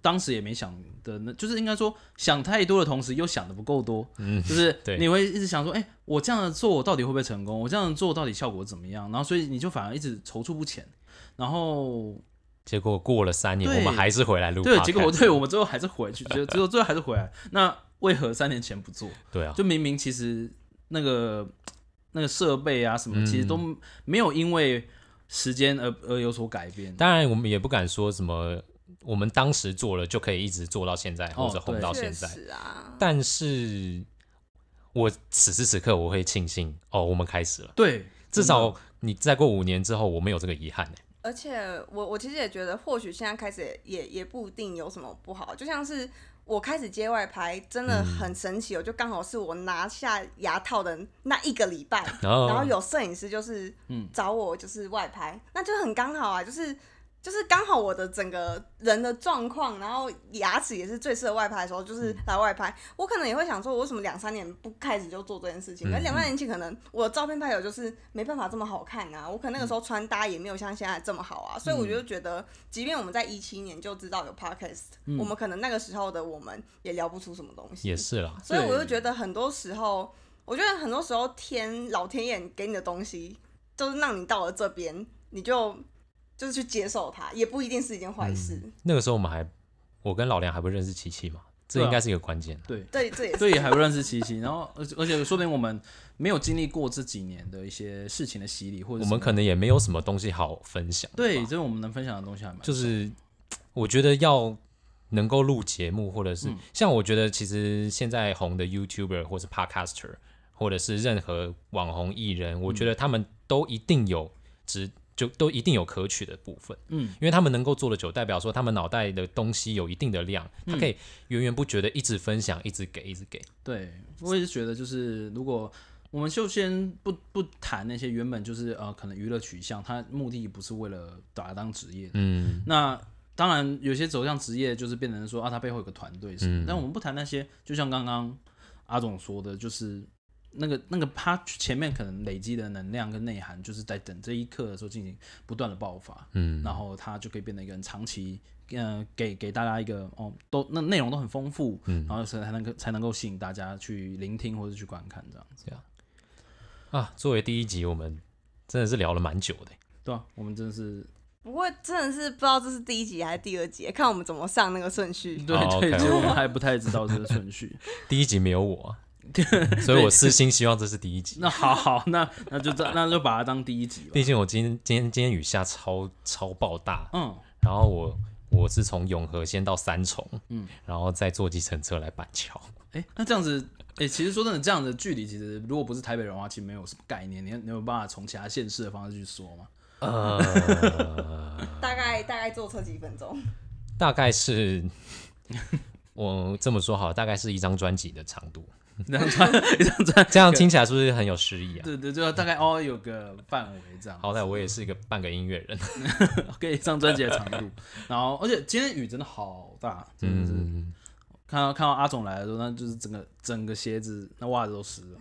Speaker 3: 当时也没想的，那就是应该说想太多的同时又想的不够多，[LAUGHS]
Speaker 1: 嗯，
Speaker 3: 就是
Speaker 1: [LAUGHS] 对
Speaker 3: 你会一直想说，哎、我这样的做我到底会不会成功？我这样的做到底效果怎么样？然后所以你就反而一直踌躇不前，然后
Speaker 1: 结果过了三年，
Speaker 3: 对
Speaker 1: 我们还是回来录 podcast。
Speaker 3: 对，结果我对我们最后还是回去，就最后最后还是回来。那为何三年前不做？
Speaker 1: 对啊，
Speaker 3: 就明明其实那个那个设备啊什么，其实都
Speaker 1: 嗯
Speaker 3: 没有因为时间而而有所改变。
Speaker 1: 当然我们也不敢说什么，我们当时做了就可以一直做到现在，
Speaker 3: 哦
Speaker 1: 或者红
Speaker 3: 对
Speaker 1: 到
Speaker 2: 确
Speaker 1: 现在。
Speaker 2: 实啊，
Speaker 1: 但是，我此时此刻我会庆幸哦，我们开始了，
Speaker 3: 对，真
Speaker 1: 至
Speaker 3: 的
Speaker 1: 少你再过五年之后，我们有这个遗憾、欸、
Speaker 2: 而且我我其实也觉得，或许现在开始也也也不一定有什么不好，就像是我开始接外拍，真的很神奇哦，我就刚好是我拿下牙套的那一个礼拜，
Speaker 1: 然后
Speaker 2: 然后有摄影师就是
Speaker 3: 嗯
Speaker 2: 找我就是外拍，那就很刚好啊，就是就是刚好我的整个人的状况，然后牙齿也是最适合外拍的时候，
Speaker 1: 嗯
Speaker 2: 就是来外拍。我可能也会想说，我为什么两三年不开始就做这件事情？
Speaker 1: 嗯
Speaker 2: 而两三年前可能我的照片拍有就是没办法这么好看啊，我可能那个时候
Speaker 1: 嗯
Speaker 2: 穿搭也没有像现在这么好啊，所以我就觉得，即便我们在一七年就知道有 podcast，、我们可能那个时候的我们也聊不出什么东西，
Speaker 1: 嗯也是啦，
Speaker 2: 所以我就
Speaker 3: 对
Speaker 2: 觉得很多时候，我觉得很多时候天老天爷给你的东西，就是让你到了这边，你就就是去接受它，也不一定是一件坏事。
Speaker 1: 那个时候我们还，我跟老梁还不认识琪琪嘛，这
Speaker 3: 对啊
Speaker 1: 应该是一个关键。
Speaker 3: 对，
Speaker 2: 对，这也是
Speaker 3: 所以还不认识七七，然后而且而且说明我们没有经历过这几年的一些事情的洗礼，或者
Speaker 1: 我
Speaker 3: 什
Speaker 1: 们
Speaker 3: 么
Speaker 1: 可能也没有什么东西好分享。
Speaker 3: 对，这是我们能分享的东西还蛮
Speaker 1: 就是我觉得要能够录节目，或者是、
Speaker 3: 嗯
Speaker 1: 像我觉得其实现在红的 YouTuber 或是 Podcaster，或者是任何网红艺人，
Speaker 3: 嗯
Speaker 1: 我觉得他们都一定有值，就都一定有可取的部分。
Speaker 3: 嗯，
Speaker 1: 因为他们能够做的久，代表说他们脑袋的东西有一定的量，
Speaker 3: 嗯
Speaker 1: 他可以源源不绝的一直分享，一直给，一直给。
Speaker 3: 对，我也是觉得，就是如果我们就先不不谈那些原本就是呃可能娱乐取向，它目的不是为了把它当职业的。
Speaker 1: 嗯，
Speaker 3: 那当然有些走向职业，就是变成说啊，它背后有个团队什
Speaker 1: 嗯
Speaker 3: 么。但我们不谈那些，就像刚刚阿总说的，就是那个那个他前面可能累积的能量跟内涵，就是在等这一刻的时候进行不断的爆发。
Speaker 1: 嗯，
Speaker 3: 然后它就可以变得一个很长期，呃，给给大家一个哦，都那内容都很丰富，嗯，然后才才能够才能够吸引大家去聆听或者去观看这样子。
Speaker 1: 啊，作为第一集，我们真的是聊了蛮久的。
Speaker 3: 对啊，我们真的是
Speaker 2: 不过真的是不知道这是第一集还是第二集，啊看我们怎么上那个顺序。
Speaker 3: 对、
Speaker 1: 哦
Speaker 3: 对，
Speaker 1: OK，
Speaker 3: 其实我
Speaker 1: OK
Speaker 3: 们还不太知道这个顺
Speaker 1: [LAUGHS]
Speaker 3: 序。
Speaker 1: 第一集没有我啊、 [LAUGHS] 所以我私心希望这是第一集。
Speaker 3: 那好好，那那就这那就把它当第一集吧
Speaker 1: 毕。竟我今天今天今天雨下超超爆大，
Speaker 3: 嗯，
Speaker 1: 然后我我是从永和先到三重，嗯，然后再坐计程车来板桥。
Speaker 3: 哎，那这样子，哎，其实说真的，这样的距离其实如果不是台北人的话，其实没有什么概念。你你有办法从其他县市的方式去说吗？
Speaker 1: 呃，嗯
Speaker 2: 大概大概坐车几分钟？
Speaker 1: 大概是 [LAUGHS] 我这么说好了，大概是一张专辑的长度。
Speaker 3: 这样穿，这样穿，
Speaker 1: [LAUGHS] 这样听起来是不是很有诗意啊？
Speaker 3: 对对，就大概哦有个范围这样子。
Speaker 1: 好歹我也是一个半个音乐人，
Speaker 3: 可以上专辑的长度。然后，而且今天雨真的好大，真的是、
Speaker 1: 嗯，
Speaker 3: 看到看到阿总来的时候，那就是整个整个鞋子那袜子都湿了。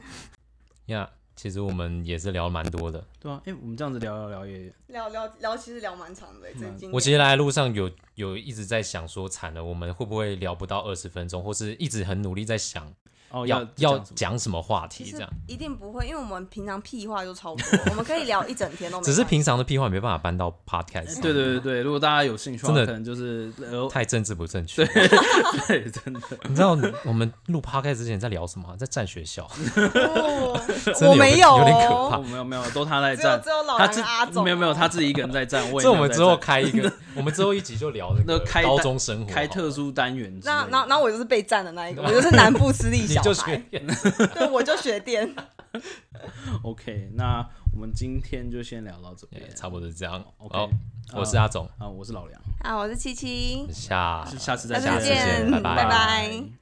Speaker 1: 呀、其实我们也是聊蛮多的。
Speaker 3: 对啊，哎、我们这样子聊聊聊也
Speaker 2: 聊聊聊，其实聊蛮长的，这今
Speaker 1: 嗯我其实来的路上有有一直在想说，惨了，我们会不会聊不到二十分钟，或是一直很努力在想
Speaker 3: 哦
Speaker 1: 要
Speaker 3: 要讲
Speaker 1: 要
Speaker 3: 什么
Speaker 1: 讲什么话
Speaker 2: 其
Speaker 1: 题，这
Speaker 2: 实
Speaker 1: 样。
Speaker 2: 一定不会，因为我们平常屁话就超多，我们可以聊一整天都没关系。
Speaker 1: 只是平常的屁话没办法搬到
Speaker 2: 嗯
Speaker 1: podcast，
Speaker 3: 对对对对，如果大家有兴趣的话，
Speaker 1: 真的
Speaker 3: 可能就是呃， [LAUGHS]
Speaker 1: 太政治不正确。
Speaker 3: 对，真的
Speaker 1: 你知道我们录 podcast 之前在聊什么？啊在站学校，
Speaker 2: 哦
Speaker 1: 真的
Speaker 2: 我
Speaker 1: 有
Speaker 2: 没
Speaker 1: 点
Speaker 2: 有
Speaker 1: 有点可
Speaker 2: 哦
Speaker 1: 怕
Speaker 3: 哦，没有没有，都他在
Speaker 2: 只有
Speaker 3: 站
Speaker 2: 只，有老
Speaker 3: 他
Speaker 2: 杨跟阿
Speaker 3: 自
Speaker 2: 总啊
Speaker 3: 没有没有，他自己一个人在站，我也
Speaker 1: 这我
Speaker 3: 没有
Speaker 1: 们
Speaker 3: 在
Speaker 1: 之后
Speaker 3: 站
Speaker 1: 开一
Speaker 3: [LAUGHS]
Speaker 1: 个，我们之后一集就聊那
Speaker 3: 那
Speaker 1: 个
Speaker 3: 开
Speaker 1: 高
Speaker 3: 单
Speaker 1: 中生活，
Speaker 3: 开特殊单元之类
Speaker 2: 那
Speaker 3: 的，
Speaker 2: 那那我就是被占的那一个，我就是南部私立
Speaker 1: 你
Speaker 2: 小
Speaker 1: 就
Speaker 2: 孩
Speaker 1: 学，
Speaker 2: [LAUGHS]
Speaker 3: [LAUGHS]
Speaker 2: 对，我就学电。
Speaker 3: OK，那我们今天就先聊到这边
Speaker 1: 哎 Yeah，差不多是这样。
Speaker 3: OK，
Speaker 1: 好，我
Speaker 3: 嗯
Speaker 1: 是阿总，
Speaker 3: 啊，我是老梁，
Speaker 2: 啊，我是七七，
Speaker 1: 下
Speaker 3: 下次再
Speaker 2: 下次
Speaker 1: 见
Speaker 2: 见，
Speaker 1: 拜拜
Speaker 2: 拜拜